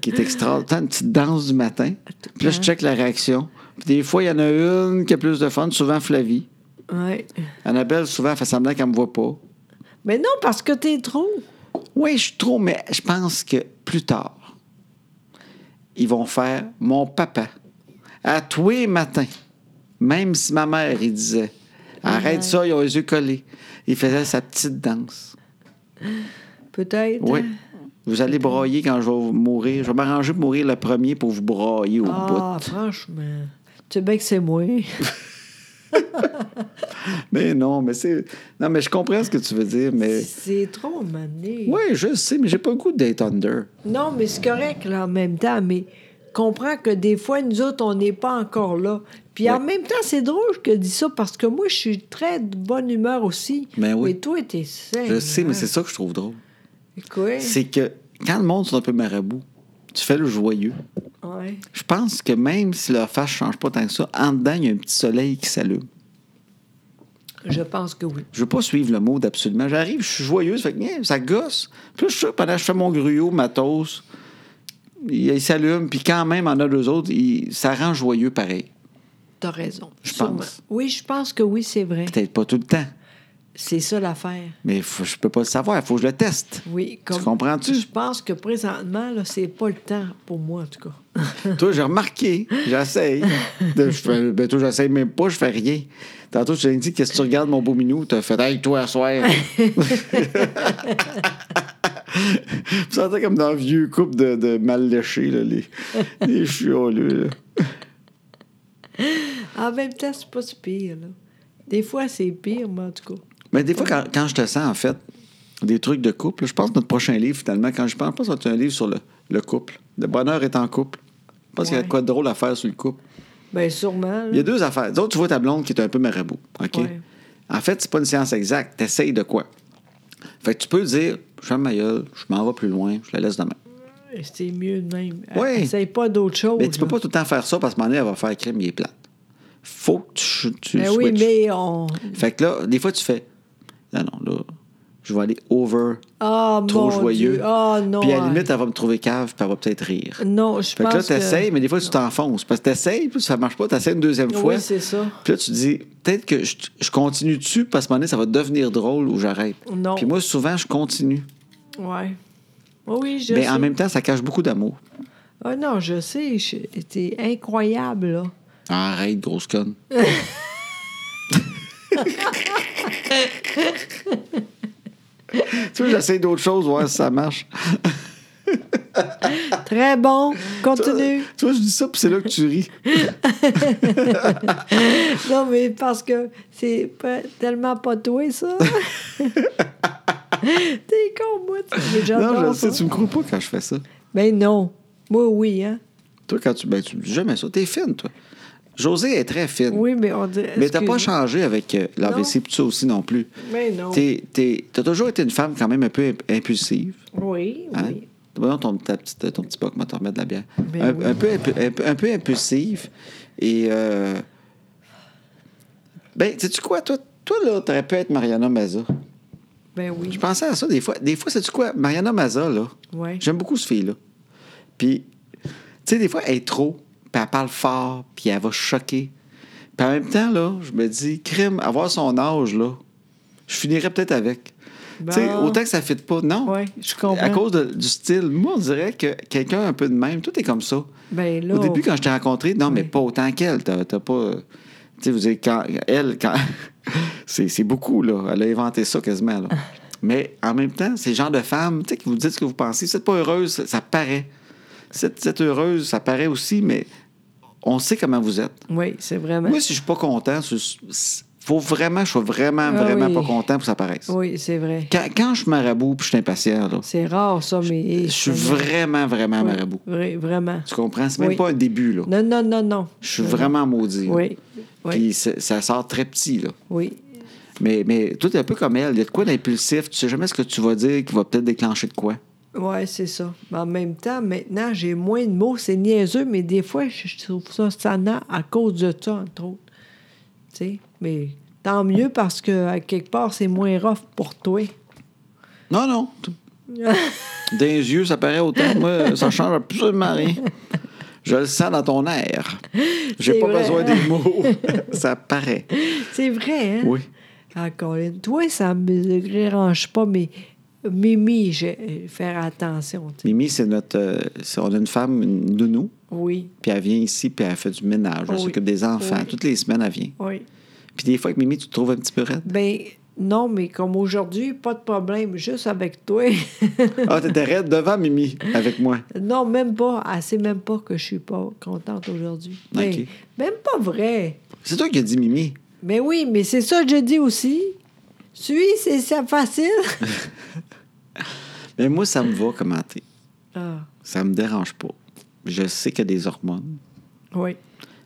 Speaker 1: qui
Speaker 2: Ah.
Speaker 1: est extraordinaire, une petite danse du matin. Puis là, je check la réaction. Puis des fois, il y en a une qui a plus de fun, souvent Flavie.
Speaker 2: ouais.
Speaker 1: Annabelle, souvent, elle fait semblant qu'elle me voit pas.
Speaker 2: Mais non, parce que t'es trop.
Speaker 1: Oui, je suis trop, mais je pense que plus tard, ils vont faire mon papa à tous les matins. Même si ma mère, il disait Arrête ça, ils ont les yeux collés. Il faisait sa petite danse.
Speaker 2: Peut-être.
Speaker 1: Oui.
Speaker 2: hein?
Speaker 1: Vous allez broyer quand je vais mourir. Je vais m'arranger pour mourir le premier pour vous broyer au
Speaker 2: Ah,
Speaker 1: bout.
Speaker 2: franchement. Tu sais bien que c'est moi.
Speaker 1: Mais non, mais c'est. Non, mais je comprends ce que tu veux dire, mais.
Speaker 2: C'est trop mané.
Speaker 1: Oui, je sais, mais j'ai pas le goût d'être under.
Speaker 2: Non, mais c'est correct là, en même temps, mais comprends que des fois, nous autres, on n'est pas encore là. Puis en même temps, c'est drôle que je dis ça parce que moi, je suis très de bonne humeur aussi.
Speaker 1: Ben oui.
Speaker 2: Mais toi, t'es hein. sain.
Speaker 1: Je sais, mais c'est ça que je trouve drôle.
Speaker 2: Quoi?
Speaker 1: C'est que quand le monde est un peu marabout, tu fais le joyeux.
Speaker 2: Ouais.
Speaker 1: Je pense que même si leur face change pas tant que ça, en dedans, il y a un petit soleil qui s'allume.
Speaker 2: Je pense que oui.
Speaker 1: Je veux pas suivre le mode absolument. J'arrive, je suis joyeuse, fait que, eh, ça gosse. Puis là, je suis sûr, pendant que je fais mon gruau, ma tosse, il, il s'allume, puis quand même, en a deux autres, il- ça rend joyeux pareil.
Speaker 2: T'as raison.
Speaker 1: Je
Speaker 2: Sûrement.
Speaker 1: pense.
Speaker 2: Oui, je pense que oui, c'est vrai.
Speaker 1: Peut-être pas tout le temps,
Speaker 2: C'est ça l'affaire.
Speaker 1: mais faut- je peux pas le savoir, il faut que je le teste.
Speaker 2: Oui, comme...
Speaker 1: comprends-tu?
Speaker 2: Je pense que présentement, là, c'est pas le temps pour moi, en tout cas.
Speaker 1: Toi, j'ai remarqué, j'essaye. De- je fais- ben, toi, j'essaye même pas, je fais rien. Tantôt, tu as dit, qu'est-ce que tu regardes, mon beau minou? T'as fait, hey, toi, à soir. Tu sentais comme dans un vieux couple de, de mal léchés, là, les, les chiolus, là.
Speaker 2: En même temps, c'est pas si pire, là. Des fois, c'est pire, mais en tout cas.
Speaker 1: Mais des fois, quand, quand je te sens, en fait, des trucs de couple, je pense que notre prochain livre, finalement, quand je pense, je pense que ça va être un livre sur le, le couple. Le bonheur est en couple. Je pense qu'il y a
Speaker 2: Ouais.
Speaker 1: quoi de drôle à faire sur le couple.
Speaker 2: Bien, Ben, sûrement. là.
Speaker 1: Il y a deux affaires. D'autres, tu vois ta blonde qui est un peu marabout. OK?
Speaker 2: Ouais.
Speaker 1: En fait, c'est pas une science exacte. T'essayes de quoi? Fait que tu peux dire, je ferme ma gueule, je m'en vais plus loin, je la laisse demain.
Speaker 2: Euh, C'est mieux de même. Euh,
Speaker 1: Ouais.
Speaker 2: Essaye pas d'autre chose.
Speaker 1: Mais tu peux
Speaker 2: Oh là.
Speaker 1: pas tout le temps faire ça parce que maintenant, elle va faire crime, il est plate. Faut que tu, tu
Speaker 2: Ben oui,
Speaker 1: switches.
Speaker 2: mais on.
Speaker 1: Fait que là, des fois, tu fais, non, non, là, je vais aller over,
Speaker 2: Ah,
Speaker 1: trop
Speaker 2: mon
Speaker 1: joyeux.
Speaker 2: Dieu. Ah, non.
Speaker 1: Puis à la
Speaker 2: hein.
Speaker 1: limite, elle va me trouver cave, puis elle va peut-être rire.
Speaker 2: Non, je
Speaker 1: Fait que là,
Speaker 2: pense.
Speaker 1: t'essayes, mais des fois, tu t'enfonces. Parce que t'essayes, puis ça marche pas, t'essayes une deuxième fois.
Speaker 2: Oui, c'est ça.
Speaker 1: Puis là, tu dis, peut-être que je, je continue dessus, parce que à un moment donné, ça va devenir drôle ou j'arrête.
Speaker 2: Non.
Speaker 1: Puis moi, souvent, je continue.
Speaker 2: Ouais. Oui, oui, je
Speaker 1: Mais
Speaker 2: sais.
Speaker 1: Ben, en même temps, ça cache beaucoup d'amour.
Speaker 2: Ah, non, je sais. je- T'es incroyable, là.
Speaker 1: Arrête, grosse conne. tu vois, j'essaie d'autres choses, voir si ça marche.
Speaker 2: Très bon. Continue.
Speaker 1: Tu vois, je dis ça, puis c'est là que tu ris.
Speaker 2: non, mais parce que c'est pas- tellement pas toi, ça. T'es con, moi. tu- mais
Speaker 1: Non,
Speaker 2: j'adore
Speaker 1: je sais,
Speaker 2: ça.
Speaker 1: tu me crois pas quand je fais ça.
Speaker 2: Ben non. Moi, oui, hein.
Speaker 1: Toi, quand tu. Ben, tu me dis jamais ça. T'es fine, toi. José est très fine.
Speaker 2: Oui, mais on dirait.
Speaker 1: Mais t'as pas
Speaker 2: excuse-moi.
Speaker 1: changé avec euh, l'AVC puis tout ça aussi non plus.
Speaker 2: Mais non.
Speaker 1: T'es- t'es- T'as toujours été une femme quand même un peu imp- impulsive.
Speaker 2: Oui,
Speaker 1: Hein?
Speaker 2: oui.
Speaker 1: T'as pas besoin de ton, ta petite- ton petit poc, moi, t'en remets de la bière.
Speaker 2: Ben
Speaker 1: Un,
Speaker 2: oui.
Speaker 1: un peu, impu- un, peu- un peu impulsive. Et. euh, Ben, sais-tu quoi, toi, toi là, t'aurais pu être Mariana Maza.
Speaker 2: Ben oui.
Speaker 1: Je pensais à ça des fois. Des fois, sais-tu quoi, Mariana Maza, là.
Speaker 2: Ouais.
Speaker 1: J'aime beaucoup ce fille-là. Puis, tu sais, des fois, elle est trop, puis elle parle fort, puis elle va choquer. Puis en même temps, là, je me dis, crime, avoir son âge, là, je finirais peut-être avec.
Speaker 2: Bon.
Speaker 1: Tu sais, autant que ça ne fit pas. Non.
Speaker 2: Bah. Ouais, je comprends.
Speaker 1: À cause de- du style, moi, on dirait que quelqu'un un peu de même, tout est comme ça.
Speaker 2: Ben là.
Speaker 1: Au début, quand je t'ai rencontré, non, mais
Speaker 2: Oui.
Speaker 1: pas autant qu'elle. T'as t'as pas. euh, Tu sais, vous dire, quand, elle, quand. c'est c'est beaucoup, là. Elle a inventé ça quasiment, là. mais en même temps, c'est le genre de femme, tu sais, qui vous dites ce que vous pensez. Si vous n'êtes pas heureuse, ça, ça paraît. Si vous êtes heureuse, ça paraît aussi, mais on sait comment vous êtes.
Speaker 2: Oui, c'est vraiment.
Speaker 1: Moi, si je suis pas content, il faut vraiment, je sois vraiment,
Speaker 2: Ah
Speaker 1: vraiment
Speaker 2: oui.
Speaker 1: pas content pour que ça paraisse.
Speaker 2: Oui, c'est vrai.
Speaker 1: Quand, quand je suis marabout puis je suis impatient, là,
Speaker 2: C'est rare, ça, mais.
Speaker 1: je suis vraiment, vraiment marabout.
Speaker 2: vraiment.
Speaker 1: Tu comprends? C'est même
Speaker 2: Oui.
Speaker 1: pas un début, là.
Speaker 2: Non, non, non, non.
Speaker 1: Je suis vraiment maudit. là.
Speaker 2: Oui, oui,
Speaker 1: Puis ça, ça sort très petit, là.
Speaker 2: oui.
Speaker 1: Mais, mais tout est un peu comme elle. Il y a de quoi d'impulsif. Tu sais jamais ce que tu vas dire qui va peut-être déclencher de quoi.
Speaker 2: Oui, c'est ça. Mais en même temps, maintenant, j'ai moins de mots. C'est niaiseux, mais des fois, je je trouve ça stannant à cause de ça, entre autres. Tu sais, mais tant mieux parce que, à quelque part, c'est moins rough pour toi.
Speaker 1: Non, non. Dans les yeux, ça paraît autant. Moi, ça change absolument rien. Je le sens dans ton air. J'ai
Speaker 2: C'est
Speaker 1: pas
Speaker 2: vrai,
Speaker 1: besoin
Speaker 2: hein?
Speaker 1: des mots. ça paraît.
Speaker 2: C'est vrai, hein?
Speaker 1: Oui.
Speaker 2: Ah, Colin, toi, ça me dérange pas, mais Mimi, je euh, faire attention. tu sais.
Speaker 1: Mimi, c'est notre. euh, c'est- on a une femme, une nounou,
Speaker 2: Oui,
Speaker 1: puis elle vient ici, puis elle fait du ménage. Elle
Speaker 2: Oui.
Speaker 1: s'occupe des enfants.
Speaker 2: Oui.
Speaker 1: Toutes les semaines, elle vient.
Speaker 2: oui.
Speaker 1: Puis des fois, avec Mimi, tu te trouves un petit peu raide.
Speaker 2: Ben, non, mais comme aujourd'hui, pas de problème, juste avec toi.
Speaker 1: Ah, t'étais raide devant Mimi, avec moi.
Speaker 2: non, même pas. Elle sait même pas que je suis pas contente aujourd'hui. Ben,
Speaker 1: Ok.
Speaker 2: Même pas vrai.
Speaker 1: C'est toi qui as dit Mimi.
Speaker 2: Mais oui, mais c'est ça que je dis aussi. Suis, c'est ça facile.
Speaker 1: Mais moi, ça me va commenter.
Speaker 2: ah,
Speaker 1: Ça me dérange pas. Je sais qu'il y a des hormones.
Speaker 2: oui.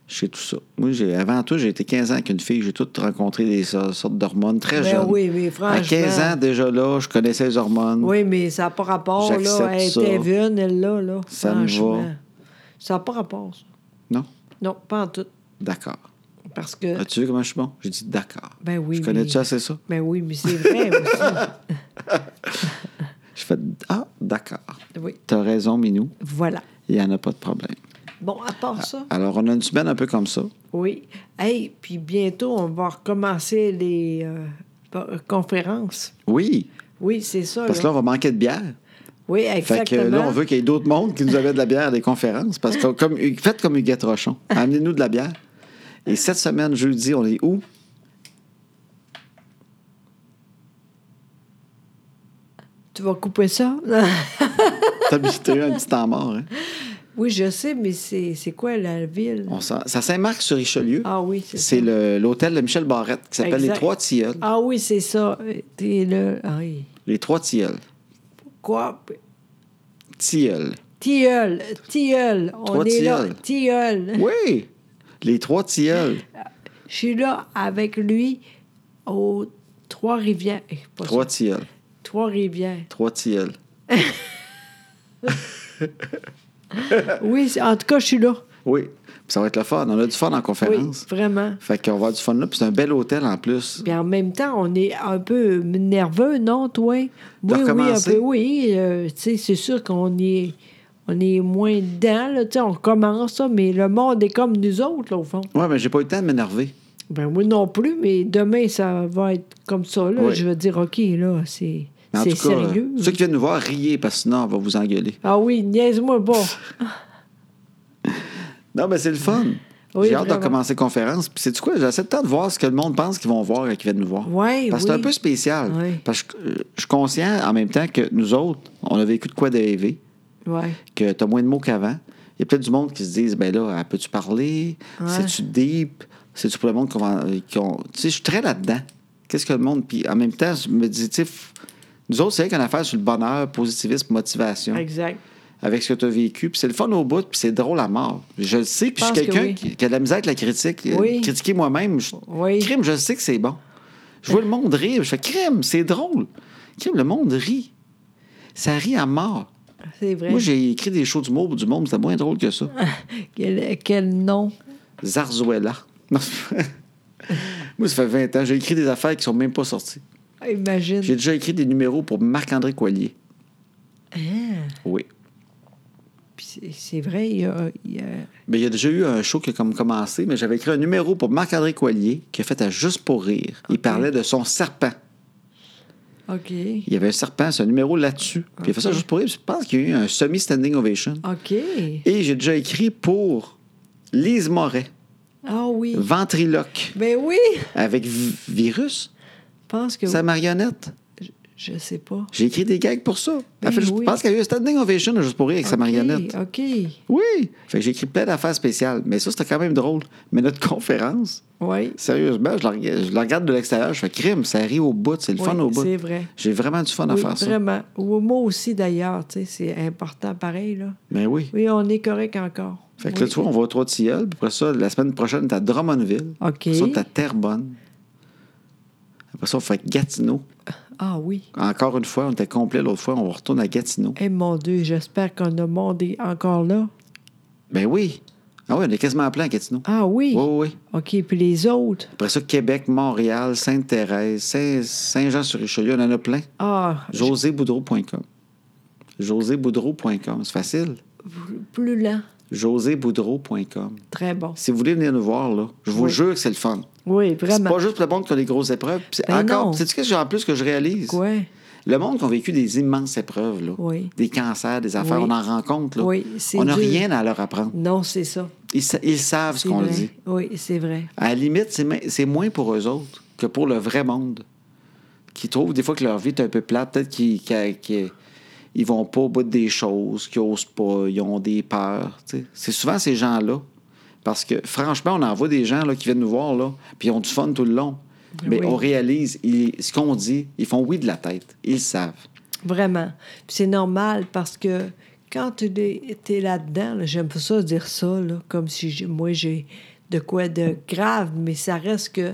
Speaker 1: Je sais tout ça. Moi, j'ai, avant tout, j'ai été 15 ans avec une fille. J'ai toutes rencontré des so- sortes d'hormones très
Speaker 2: Ben
Speaker 1: jeunes.
Speaker 2: oui, mais
Speaker 1: à
Speaker 2: franchement.
Speaker 1: 15 ans, déjà là, je connaissais les hormones.
Speaker 2: Oui, mais ça n'a pas rapport, là.
Speaker 1: J'accepte
Speaker 2: Elle
Speaker 1: ça.
Speaker 2: était vune, elle, là, là.
Speaker 1: Ça me va.
Speaker 2: franchement. Ça n'a pas rapport, ça.
Speaker 1: Non?
Speaker 2: Non, pas en tout.
Speaker 1: D'accord.
Speaker 2: Parce que.
Speaker 1: As-tu vu comment je suis bon? J'ai dit d'accord.
Speaker 2: Euh. Ben oui,
Speaker 1: Je connais-tu
Speaker 2: mais-
Speaker 1: assez ça?
Speaker 2: Ben oui, mais c'est vrai aussi.
Speaker 1: Je fais ah, d'accord.
Speaker 2: Oui.
Speaker 1: T'as raison, Minou.
Speaker 2: Voilà.
Speaker 1: Il n'y en a pas de problème.
Speaker 2: Bon, à part ça,
Speaker 1: Alors, on a une semaine un peu comme ça.
Speaker 2: oui. Hey, puis bientôt, on va recommencer les euh, pa- conférences.
Speaker 1: Oui,
Speaker 2: Oui, c'est ça.
Speaker 1: parce que là,
Speaker 2: là.
Speaker 1: on va manquer de bière.
Speaker 2: Oui,
Speaker 1: Fait
Speaker 2: exactement.
Speaker 1: que là, on veut qu'il y ait d'autres mondes qui nous avaient de la bière à des conférences. Parce que, comme, faites comme Huguette Rochon. Amenez-nous de la bière. Et cette semaine, jeudi, on est où?
Speaker 2: Tu vas couper ça?
Speaker 1: T'as t'as eu un petit temps mort. hein?
Speaker 2: oui, je sais, mais c'est c'est quoi la ville?
Speaker 1: On s'en- ça Saint-Marc sur Richelieu.
Speaker 2: Ah oui, c'est
Speaker 1: c'est
Speaker 2: ça.
Speaker 1: le- l'hôtel de Michel Barrette qui s'appelle Les
Speaker 2: Exact.
Speaker 1: Trois Tilleuls.
Speaker 2: Ah oui, c'est ça. Euh, T'es là. Ah oui.
Speaker 1: Les Trois Tilleuls.
Speaker 2: Quoi?
Speaker 1: Tilleuls.
Speaker 2: Tilleul, tilleul. On
Speaker 1: Trois
Speaker 2: est là.
Speaker 1: tilleuls.
Speaker 2: Tilleul.
Speaker 1: Oui! Les Trois Tilleuls.
Speaker 2: Je suis là avec lui aux Trois-Rivières. Eh, pas
Speaker 1: Trois
Speaker 2: ça.
Speaker 1: Tilleuls.
Speaker 2: Trois-Rivières.
Speaker 1: Trois Tilleuls.
Speaker 2: Oui, c'est- en tout cas, je suis là.
Speaker 1: Oui. Puis Ça va être le fun. On a du fun en
Speaker 2: Oui,
Speaker 1: conférence.
Speaker 2: vraiment.
Speaker 1: Fait qu'on va avoir du fun là. Puis c'est un bel hôtel en plus.
Speaker 2: Puis en même temps, on est un peu nerveux, non, toi? Oui, oui, un
Speaker 1: recommencer?
Speaker 2: peu. Oui, euh, tu sais, c'est sûr qu'on est, on est moins dedans, là, tu sais, on commence ça, mais le monde est comme nous autres, là, au fond.
Speaker 1: Ouais, mais j'ai pas eu le temps de m'énerver.
Speaker 2: Ben moi non plus, mais demain, ça va être comme ça, là.
Speaker 1: Oui.
Speaker 2: Je veux dire, OK, là, c'est
Speaker 1: Mais en
Speaker 2: c'est
Speaker 1: tout cas, euh,
Speaker 2: sérieux.
Speaker 1: Ceux qui viennent nous voir, riez, parce que sinon, on va vous engueuler.
Speaker 2: Ah oui, niaise-moi pas.
Speaker 1: Non, mais c'est le fun.
Speaker 2: Oui,
Speaker 1: J'ai hâte de
Speaker 2: vraiment.
Speaker 1: commencer conférence. Puis, c'est quoi? J'essaie tout le temps de voir ce que le monde pense qu'ils vont voir et qu'ils viennent nous voir.
Speaker 2: Ouais,
Speaker 1: Parce que
Speaker 2: oui.
Speaker 1: c'est un peu spécial.
Speaker 2: Ouais.
Speaker 1: Parce que euh, je suis conscient en même temps que nous autres, on a vécu de quoi d'arriver,
Speaker 2: Ouais.
Speaker 1: que tu as moins de mots qu'avant. Il y a peut-être du monde qui se disent ben là, peux-tu parler?
Speaker 2: Ouais.
Speaker 1: C'est-tu deep? C'est-tu pour le monde qu'on va. qu'on- Tu sais, je suis très là-dedans. Qu'est-ce que le monde. Puis en même temps, je me dis, tu sais, f- nous autres, c'est vrai qu'on a affaire sur le bonheur, positivisme, motivation.
Speaker 2: Exact.
Speaker 1: avec ce que tu as vécu. Puis c'est le fun au bout, puis c'est drôle à mort. Je le sais, puis je
Speaker 2: pense
Speaker 1: suis
Speaker 2: que
Speaker 1: quelqu'un
Speaker 2: oui.
Speaker 1: qui, qui a de la misère avec la critique. Euh,
Speaker 2: Oui.
Speaker 1: Critiquer moi-même, je,
Speaker 2: Oui.
Speaker 1: crime, je sais que c'est bon. Je vois le monde rire, je fais crime, c'est drôle. Crime, le monde rit. Ça rit à mort.
Speaker 2: C'est vrai.
Speaker 1: Moi, j'ai écrit des shows d'humour pour du monde, c'est moins drôle que ça.
Speaker 2: Quel, quel nom?
Speaker 1: Zarzuela. Non, c'est pas- Moi, ça fait 20 ans, j'ai écrit des affaires qui sont même pas sorties.
Speaker 2: Imagine.
Speaker 1: J'ai déjà écrit des numéros pour Marc-André Coillier.
Speaker 2: Ah,
Speaker 1: Oui.
Speaker 2: puis c'est- c'est vrai, il y a. il y a-
Speaker 1: Mais Ben, il y a déjà eu un show qui a comme commencé, mais j'avais écrit un numéro pour Marc-André Coillier qui a fait à Juste pour rire. Il
Speaker 2: Ok.
Speaker 1: parlait de son serpent.
Speaker 2: OK.
Speaker 1: Il y avait un serpent, c'est un numéro là-dessus. Puis il a fait ça
Speaker 2: Ok.
Speaker 1: juste pour rire. puis Je pense qu'il y a eu un semi-standing ovation.
Speaker 2: OK.
Speaker 1: Et j'ai déjà écrit pour Lise Moret,
Speaker 2: Ah oui.
Speaker 1: Ventriloque,
Speaker 2: Ben oui!
Speaker 1: avec vi- Virus,
Speaker 2: Je pense que.
Speaker 1: sa marionnette.
Speaker 2: Je sais pas.
Speaker 1: J'ai écrit des gags pour ça.
Speaker 2: Ben
Speaker 1: Fait que je
Speaker 2: oui.
Speaker 1: pense qu'il y a eu un standing ovation à juste pour rire avec sa
Speaker 2: OK,
Speaker 1: marionnette.
Speaker 2: OK.
Speaker 1: Oui! Fait que j'ai écrit plein d'affaires spéciales. Mais ça, c'était quand même drôle. Mais notre conférence,
Speaker 2: Oui.
Speaker 1: Sérieusement, je la, reg- je la regarde de l'extérieur, je fais crime, ça rit au bout, c'est le fun
Speaker 2: Oui,
Speaker 1: au bout.
Speaker 2: C'est vrai.
Speaker 1: J'ai vraiment du fun à
Speaker 2: Oui,
Speaker 1: faire ça.
Speaker 2: vraiment. Ou moi aussi, d'ailleurs, tu sais, c'est important pareil, là.
Speaker 1: Mais oui.
Speaker 2: Oui, on est correct encore.
Speaker 1: Fait que
Speaker 2: Oui.
Speaker 1: là, tu vois, on va au Trois Tilleuls, puis après ça, la semaine prochaine, t'as Drummondville.
Speaker 2: OK.
Speaker 1: Après ça, t'as Terrebonne. Après ça, on fait Gatineau.
Speaker 2: Ah oui.
Speaker 1: Encore une fois, on était complet l'autre fois, on retourne à Gatineau.
Speaker 2: Eh mon Dieu, j'espère qu'on a mondé encore là.
Speaker 1: Ben oui. Ah oui, on est quasiment à plein à Gatineau.
Speaker 2: Ah oui.
Speaker 1: Oui, oui, oui.
Speaker 2: OK, puis les autres.
Speaker 1: Après ça, Québec, Montréal, Sainte-Thérèse, Saint- Saint-Jean-sur-Richelieu, on en a plein.
Speaker 2: Ah,
Speaker 1: joséboudreau.com. joséboudreau.com, c'est facile.
Speaker 2: plus lent.
Speaker 1: joséboudreau.com.
Speaker 2: Très bon.
Speaker 1: Si vous voulez venir nous voir, là, je vous
Speaker 2: Oui.
Speaker 1: jure que c'est le fun.
Speaker 2: Oui,
Speaker 1: C'est
Speaker 2: vraiment.
Speaker 1: pas juste pour le monde qui a des grosses épreuves. Puis c'est
Speaker 2: Ben non.
Speaker 1: encore, c'est ce que j'ai en plus que je réalise.
Speaker 2: Quoi?
Speaker 1: Le monde qui a vécu des immenses épreuves, là,
Speaker 2: Oui.
Speaker 1: des cancers, des affaires,
Speaker 2: Oui.
Speaker 1: on en rencontre. Là.
Speaker 2: Oui, c'est
Speaker 1: on n'a
Speaker 2: dur.
Speaker 1: rien à leur apprendre.
Speaker 2: Non, c'est ça.
Speaker 1: Ils, sa- ils savent ce
Speaker 2: C'est
Speaker 1: qu'on
Speaker 2: vrai.
Speaker 1: dit.
Speaker 2: Oui, c'est vrai.
Speaker 1: À la limite, c'est mi- c'est moins pour eux autres que pour le vrai monde, qui trouvent des fois que leur vie est un peu plate, peut-être qu'ils qu'a- qu'a- ils vont pas au bout des choses, qu'ils osent pas, ils ont des peurs. tu sais. C'est souvent ces gens-là. Parce que franchement, on en voit des gens là, qui viennent nous voir, là, puis ils ont du fun tout le long. Mais
Speaker 2: Ben Oui.
Speaker 1: on réalise, ils- ce qu'on dit, ils font oui de la tête. Ils le savent.
Speaker 2: Vraiment. Puis c'est normal parce que quand tu es là-dedans, là, j'aime pas ça dire ça, là, comme si j'ai- moi j'ai de quoi de grave, mais ça reste que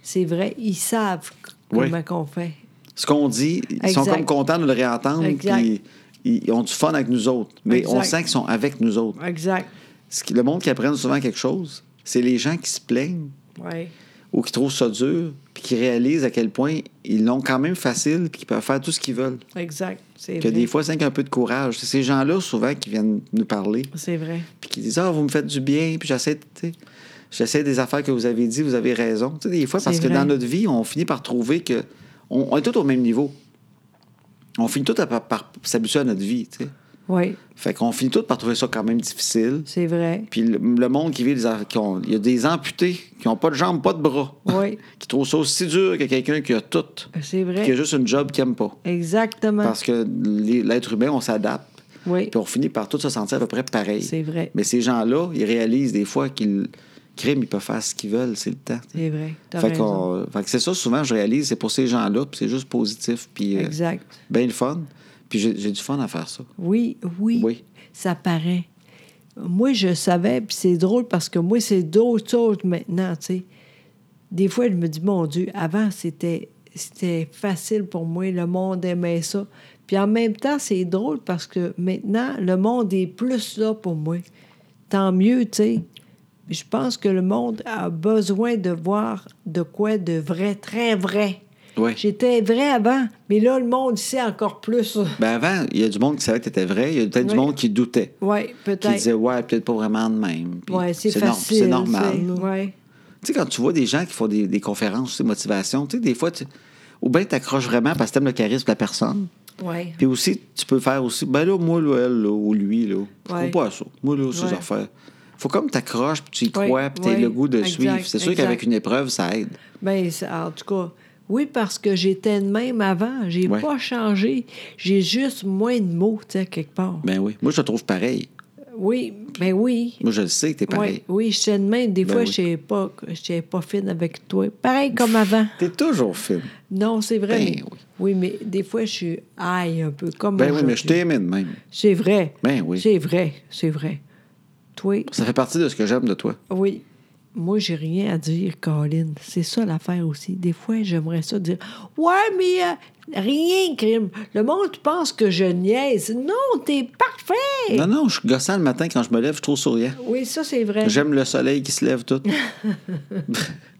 Speaker 2: c'est vrai, ils savent c-
Speaker 1: Oui.
Speaker 2: comment qu'on fait.
Speaker 1: Ce qu'on dit, ils sont
Speaker 2: Exact.
Speaker 1: comme contents de le réentendre,
Speaker 2: Exact.
Speaker 1: puis ils, ils ont du fun avec nous autres. Mais on
Speaker 2: Exact.
Speaker 1: sent qu'ils sont avec nous autres.
Speaker 2: Exact.
Speaker 1: Ce qui- le monde qui apprend souvent quelque chose, c'est les gens qui se plaignent
Speaker 2: Oui.
Speaker 1: ou qui trouvent ça dur, puis qui réalisent à quel point ils l'ont quand même facile, puis qu'ils peuvent faire tout ce qu'ils veulent.
Speaker 2: Exact. C'est
Speaker 1: Que
Speaker 2: vrai.
Speaker 1: des fois, c'est qu'un peu de courage. C'est ces gens-là, souvent, qui viennent nous parler,
Speaker 2: C'est vrai.
Speaker 1: puis qui disent Ah, vous me faites du bien, puis j'essaie de- tu sais, J'essaie des affaires que vous avez dit, vous avez raison. Tu sais, des fois, parce
Speaker 2: C'est
Speaker 1: que
Speaker 2: vrai.
Speaker 1: dans notre vie, on finit par trouver que. On, on est tous au même niveau. On finit tous à- par, par s'habituer à notre vie. tu sais.
Speaker 2: Oui,
Speaker 1: Fait qu'on finit tous par trouver ça quand même difficile.
Speaker 2: c'est vrai.
Speaker 1: Puis le, le monde qui vit des. qui ont- Il y a des amputés qui n'ont pas de jambes, pas de bras,
Speaker 2: Oui,
Speaker 1: qui trouvent ça aussi dur que quelqu'un qui a tout,
Speaker 2: c'est
Speaker 1: qui a
Speaker 2: vrai.
Speaker 1: juste une job qu'il n'aime pas.
Speaker 2: Exactement.
Speaker 1: Parce que les- l'être humain, on s'adapte,
Speaker 2: Oui,
Speaker 1: puis on finit par tout se sentir à peu près pareil.
Speaker 2: c'est vrai.
Speaker 1: Mais ces gens-là, ils réalisent des fois qu'ils criment, ils peuvent faire ce qu'ils veulent, c'est le temps.
Speaker 2: C'est vrai. T'as
Speaker 1: Fait,
Speaker 2: raison.
Speaker 1: qu'on- fait que c'est ça, souvent, je réalise, c'est pour ces gens-là, puis c'est juste positif, puis euh,
Speaker 2: Exact.
Speaker 1: ben le fun. Puis j'ai j'ai du fun à faire ça.
Speaker 2: Oui, oui,
Speaker 1: Oui.
Speaker 2: ça paraît. Moi, je savais, puis c'est drôle parce que moi, c'est d'autres choses maintenant, tu sais. Des fois, je me dis, mon Dieu, avant, c'était c'était facile pour moi, le monde aimait ça. Puis en même temps, c'est drôle parce que maintenant, le monde est plus là pour moi. Tant mieux, tu sais. Je pense que le monde a besoin de voir de quoi de vrai, très vrai.
Speaker 1: Ouais.
Speaker 2: J'étais vrai avant, mais là, le monde sait encore plus.
Speaker 1: Ben avant, il y a du monde qui savait que t'étais vrai, il y a peut-être du
Speaker 2: Oui.
Speaker 1: monde qui doutait.
Speaker 2: Oui,
Speaker 1: qui
Speaker 2: peut-être.
Speaker 1: disait ouais peut-être pas vraiment de même Puis
Speaker 2: Ben, Ouais, c'est
Speaker 1: nor-
Speaker 2: facile.
Speaker 1: c'est normal là.
Speaker 2: Oui,
Speaker 1: tu sais quand tu vois des gens qui font des, des conférences de motivation tu sais des fois tu- ou bien t'accroches vraiment parce que t'aimes le charisme de la
Speaker 2: Mm.
Speaker 1: personne
Speaker 2: oui.
Speaker 1: puis aussi tu peux faire aussi ben là moi là, elle là, ou lui là je
Speaker 2: Ouais.
Speaker 1: comprends pas ça moi là ces
Speaker 2: Ouais.
Speaker 1: affaires faut comme t'accroches puis tu y
Speaker 2: Ouais,
Speaker 1: crois puis t'as
Speaker 2: ouais,
Speaker 1: le goût de
Speaker 2: exact,
Speaker 1: suivre c'est sûr
Speaker 2: exact.
Speaker 1: qu'avec une épreuve ça aide
Speaker 2: Ben, ça- en tout cas, oui, parce que j'étais de même avant. J'ai
Speaker 1: Ouais.
Speaker 2: pas changé. J'ai juste moins de mots, tu sais, quelque part.
Speaker 1: ben oui moi je te trouve pareil
Speaker 2: Oui, ben oui.
Speaker 1: Moi, je le sais que t'es pareil.
Speaker 2: Oui, oui, je sais de même. Des
Speaker 1: Ben
Speaker 2: fois,
Speaker 1: oui.
Speaker 2: je sais pas, je sais pas fine avec toi. Pareil comme avant.
Speaker 1: T'es toujours fine.
Speaker 2: Non, c'est vrai.
Speaker 1: Ben
Speaker 2: mais-
Speaker 1: oui.
Speaker 2: oui. mais des fois, je suis aïe un peu, comme
Speaker 1: Ben oui, mais je
Speaker 2: aujourd'hui.
Speaker 1: t'aimais de même.
Speaker 2: C'est vrai.
Speaker 1: Ben oui.
Speaker 2: C'est vrai, c'est vrai. Toi,
Speaker 1: Ça fait partie de ce que j'aime de toi.
Speaker 2: oui. Moi, j'ai rien à dire, Colin. C'est ça l'affaire aussi. Des fois, j'aimerais ça dire Ouais, mais euh, rien, crime. Le monde pense que je niaise. Non, t'es parfait.
Speaker 1: Non, non, je suis gossant le matin quand je me lève, je suis trop souriant.
Speaker 2: Oui, ça, c'est vrai.
Speaker 1: J'aime le soleil qui se lève tout.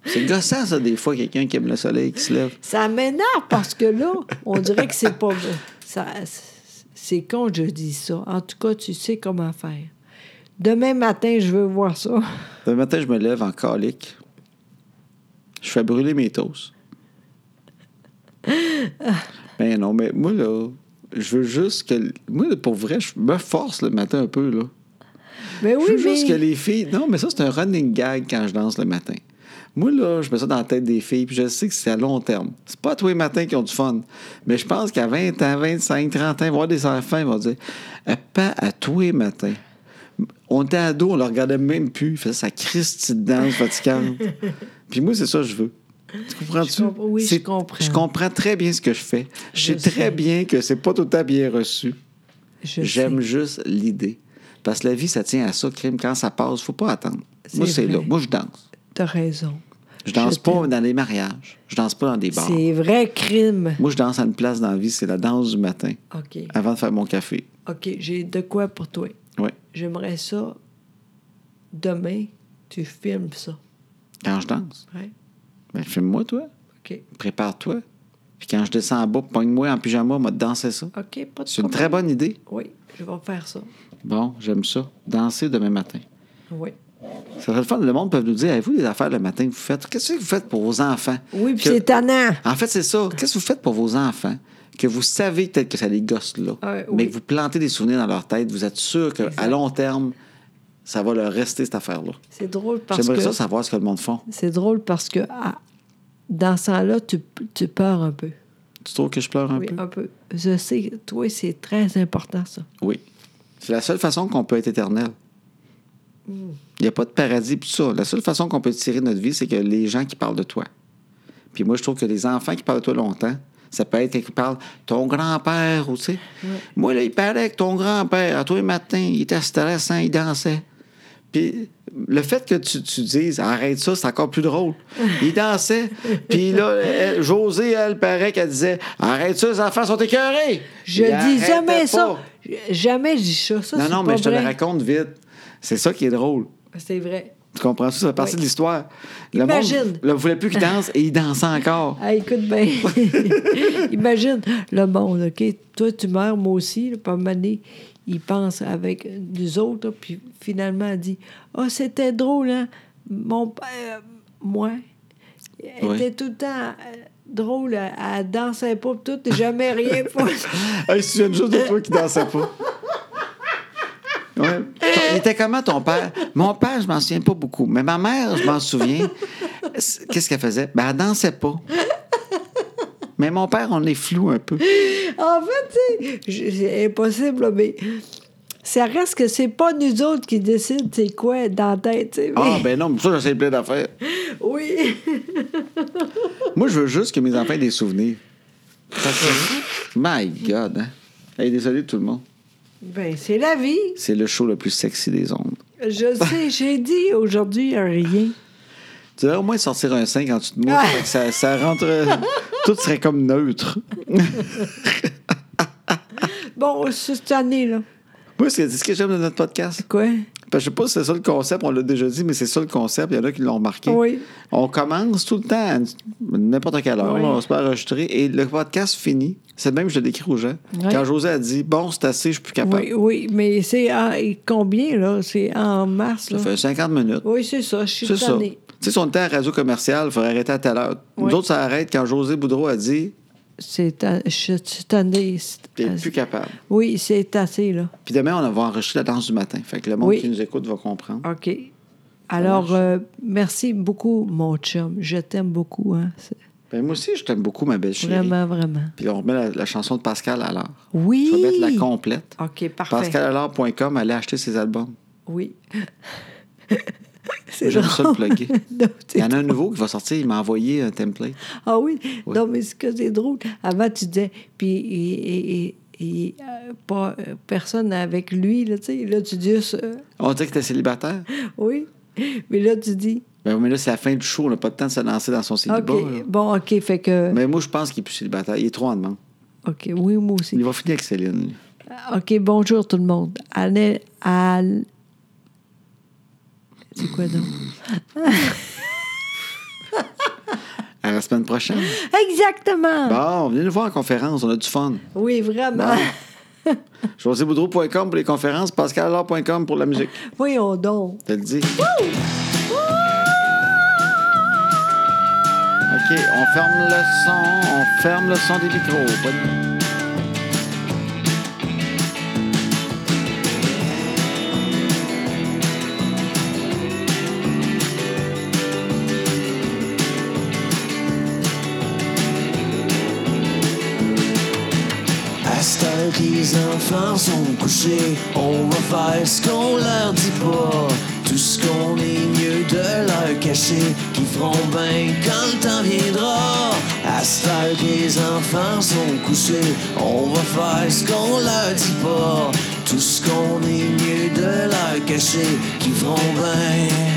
Speaker 1: c'est gossant, ça, des fois, quelqu'un qui aime le soleil qui se lève.
Speaker 2: Ça m'énerve parce que là, on dirait que c'est pas vrai. Ça, c'est con, je dis ça. En tout cas, tu sais comment faire. Demain matin, je veux voir ça.
Speaker 1: Le matin, je me lève en colique. Je fais brûler mes toasts. Ben non, mais moi, là, je veux juste que. Moi, là, pour vrai, je me force le matin un peu, là.
Speaker 2: Mais Ben oui,
Speaker 1: je veux juste que
Speaker 2: mais...
Speaker 1: les filles. Non, mais ça, c'est un running gag quand je danse le matin. Moi, là, je mets ça dans la tête des filles, puis je sais que c'est à long terme. C'est pas tous les matins qu'ils ont du fun. Mais je pense qu'à 20 ans, 25, 30 ans, voir des enfants, ils vont dire Ah, Pas à tous les matins. On était ados, on le regardait même plus. Il faisait sa christie de danse fatigante. puis moi, c'est ça que je veux. Tu comprends-tu?
Speaker 2: Je comp- oui, je
Speaker 1: C'est-
Speaker 2: comprends.
Speaker 1: Je comprends très bien ce que je fais. Je,
Speaker 2: Je
Speaker 1: sais très
Speaker 2: sais.
Speaker 1: bien que c'est pas tout le temps bien reçu.
Speaker 2: Je
Speaker 1: J'aime
Speaker 2: sais.
Speaker 1: juste l'idée. Parce que la vie, ça tient à ça, crime. Quand ça passe, faut pas attendre.
Speaker 2: C'est
Speaker 1: Moi, c'est
Speaker 2: vrai.
Speaker 1: là. Moi, je danse.
Speaker 2: T'as raison.
Speaker 1: Je danse
Speaker 2: Je
Speaker 1: pas
Speaker 2: t'aime.
Speaker 1: dans les mariages. Je danse pas dans des bars.
Speaker 2: C'est vrai crime.
Speaker 1: Moi, je danse à une place dans la vie. C'est la danse du matin,
Speaker 2: OK.
Speaker 1: avant de faire mon café.
Speaker 2: OK, j'ai de quoi pour toi.
Speaker 1: Oui.
Speaker 2: J'aimerais ça. Demain, tu filmes ça.
Speaker 1: Quand je danse,
Speaker 2: Ouais?
Speaker 1: ben, filme-moi, toi.
Speaker 2: OK.
Speaker 1: Prépare-toi. Puis quand je descends en bas, pogne-moi en pyjama, m'a danser ça.
Speaker 2: OK, pas de
Speaker 1: C'est une
Speaker 2: problème.
Speaker 1: très bonne idée.
Speaker 2: Oui, je vais faire ça.
Speaker 1: Bon, j'aime ça. Danser demain matin.
Speaker 2: Oui.
Speaker 1: Ça serait le fun. Le monde peut nous dire avez-vous des affaires le matin que vous faites Qu'est-ce que vous faites pour vos enfants
Speaker 2: Oui, puis
Speaker 1: Que-
Speaker 2: c'est tannant.
Speaker 1: En fait, c'est ça. Qu'est-ce que vous faites pour vos enfants que vous savez peut-être que ça les gosse là,
Speaker 2: Ouais,
Speaker 1: mais
Speaker 2: oui.
Speaker 1: que vous plantez des souvenirs dans leur tête, vous êtes sûr qu'à
Speaker 2: Exact.
Speaker 1: long terme, ça va leur rester cette affaire-là.
Speaker 2: C'est drôle parce
Speaker 1: J'aimerais
Speaker 2: que...
Speaker 1: ça savoir ce que le monde font.
Speaker 2: C'est drôle parce que ah, dans ce temps-là, tu, tu pleures un peu.
Speaker 1: Tu trouves que je pleure un
Speaker 2: oui,
Speaker 1: peu?
Speaker 2: un peu. Je sais, toi, c'est très important, ça.
Speaker 1: Oui. C'est la seule façon qu'on peut être éternel. Il n'y a pas de paradis pis tout ça. La seule façon qu'on peut tirer notre vie, c'est que les gens qui parlent de toi. Puis moi, je trouve que les enfants qui parlent de toi longtemps, ça peut être qui parle ton grand-père ou tu sais. Moi, là, il parlait que ton grand-père, à tous les matins, il était stressant, il dansait. Puis le fait que tu, tu dises arrête ça, c'est encore plus drôle. Il dansait. Puis là, elle- Josée, elle paraît qu'elle disait arrête ça, les enfants sont écœurés.
Speaker 2: Je
Speaker 1: Il
Speaker 2: dis
Speaker 1: arrêtait
Speaker 2: jamais ça.
Speaker 1: pas.
Speaker 2: Jamais je dis ça. Ça,
Speaker 1: Non,
Speaker 2: c'est
Speaker 1: non,
Speaker 2: pas
Speaker 1: mais je te
Speaker 2: vrai.
Speaker 1: le raconte vite. C'est ça qui est drôle.
Speaker 2: C'est vrai.
Speaker 1: Tu comprends ça? Ça fait partie
Speaker 2: Oui.
Speaker 1: de l'histoire. Le
Speaker 2: Imagine.
Speaker 1: monde ne voulait plus qu'il danse et il dansait encore.
Speaker 2: Ah, écoute bien. Imagine le monde, OK? Toi, tu meurs, moi aussi, là, pas mané. Il pense avec nous autres, là, puis finalement, il dit Ah, c'était drôle, hein? Mon père, euh, moi, elle
Speaker 1: Oui.
Speaker 2: était tout le temps euh, drôle, elle, elle dansait pas, puis tout, jamais rien. fait.
Speaker 1: Hey, si tu viens juste de toi qui dansait pas. Ouais. Il était comment ton père? Mon père, je m'en souviens pas beaucoup, mais ma mère, je m'en souviens. C'est- Qu'est-ce qu'elle faisait? Ben, elle dansait pas. Mais mon père, on est flou un peu.
Speaker 2: en fait, tu sais, je- c'est impossible, là, mais ça reste que c'est pas nous autres qui décident c'est quoi dans la tête, tu sais.
Speaker 1: Ah,
Speaker 2: mais-
Speaker 1: ben non, mais ça, j'essaie plein d'affaires.
Speaker 2: Oui.
Speaker 1: Moi, je veux juste que mes enfants aient des souvenirs. My God, hein? Hey, désolé tout le monde.
Speaker 2: ben, c'est la vie.
Speaker 1: C'est le show le plus sexy des ondes.
Speaker 2: Je sais, j'ai dit aujourd'hui un rien.
Speaker 1: Tu devrais au moins sortir un 5 quand tu te mouches.
Speaker 2: Ah!
Speaker 1: fait que Ça, ça rentre. euh, Tout serait comme neutre.
Speaker 2: Bon, c'est cette année, là.
Speaker 1: Moi, c'est c'est ce que j'aime de notre podcast.
Speaker 2: Quoi?
Speaker 1: Parce que Ben, je sais pas si c'est ça le concept, on l'a déjà dit, mais c'est ça le concept. Il y en a qui l'ont remarqué.
Speaker 2: Oui.
Speaker 1: On commence tout le temps, à n'importe quelle heure,
Speaker 2: Oui.
Speaker 1: là, on se peut enregistrer. Et le podcast finit. C'est le même que je le décris aux gens.
Speaker 2: Oui.
Speaker 1: Quand José a dit Bon, c'est assez, je suis plus capable.
Speaker 2: Oui, oui, mais c'est en- et combien, là? C'est en mars,
Speaker 1: Ça
Speaker 2: là?
Speaker 1: fait 50 minutes.
Speaker 2: Oui, c'est ça, je suis
Speaker 1: C'est ça.
Speaker 2: tannée.
Speaker 1: Tu sais, si on était à Radio Commerciale, il faudrait arrêter à telle heure.
Speaker 2: Oui.
Speaker 1: Nous autres, ça arrête quand José Boudreau a dit
Speaker 2: C'est ta- Je suis tannée.
Speaker 1: T'es
Speaker 2: C'est-
Speaker 1: plus capable.
Speaker 2: Oui, c'est assez, là.
Speaker 1: Puis demain, on va enregistrer la danse du matin. Fait que le monde
Speaker 2: Oui.
Speaker 1: qui nous écoute va comprendre.
Speaker 2: OK. Alors,
Speaker 1: marche.
Speaker 2: euh, merci beaucoup, mon chum. Je t'aime beaucoup, hein? C'est-
Speaker 1: Ben, moi aussi, je t'aime beaucoup, ma belle chérie.
Speaker 2: Vraiment, vraiment.
Speaker 1: Puis on remet la, la chanson de Pascal Allard.
Speaker 2: Oui.
Speaker 1: Je vais mettre la complète.
Speaker 2: OK, parfait.
Speaker 1: PascalAllard.com, allez acheter ses albums.
Speaker 2: Oui. C'est
Speaker 1: J'aime ça le
Speaker 2: drôle.
Speaker 1: plugger.
Speaker 2: Non,
Speaker 1: Il y
Speaker 2: c'est-
Speaker 1: en a un nouveau qui va sortir, il m'a envoyé un template.
Speaker 2: Ah oui?
Speaker 1: Oui.
Speaker 2: Non, mais ce que c'est drôle. Avant, tu disais, puis et- et- et- et, euh, pas, euh, personne avec lui, là, tu sais. Là, tu dis, juste, euh,
Speaker 1: On dit que t'es célibataire.
Speaker 2: oui. Mais là, tu dis,
Speaker 1: Ben, mais là, c'est la fin du show, on n'a pas le temps de se lancer dans son
Speaker 2: OK,
Speaker 1: célibat. là.
Speaker 2: bon, OK, fait que...
Speaker 1: Mais moi, je pense qu'il est plus célibataire. Il est trop en demande.
Speaker 2: OK, oui, moi aussi.
Speaker 1: Il va finir avec Céline. lui.
Speaker 2: OK, bonjour tout le monde. Allez, allez... C'est quoi donc?
Speaker 1: À la semaine prochaine.
Speaker 2: Exactement!
Speaker 1: Bon, venez nous voir en conférence, on a du fun.
Speaker 2: Oui, vraiment.
Speaker 1: JoséBoudreau.com pour les conférences, PascalAllard.com pour la musique.
Speaker 2: Voyons donc.
Speaker 1: Je te le dis. OK, on ferme le son, on ferme le son des micros. Bonne-
Speaker 3: À ce temps que les enfants sont couchés, on va faire ce qu'on leur dit pas. Tout ce qu'on est mieux de leur cacher, qui feront bien quand le temps viendra. À ce temps que les enfants sont couchés, on va faire ce qu'on leur dit pas. Tout ce qu'on est mieux de leur cacher, qui feront bien.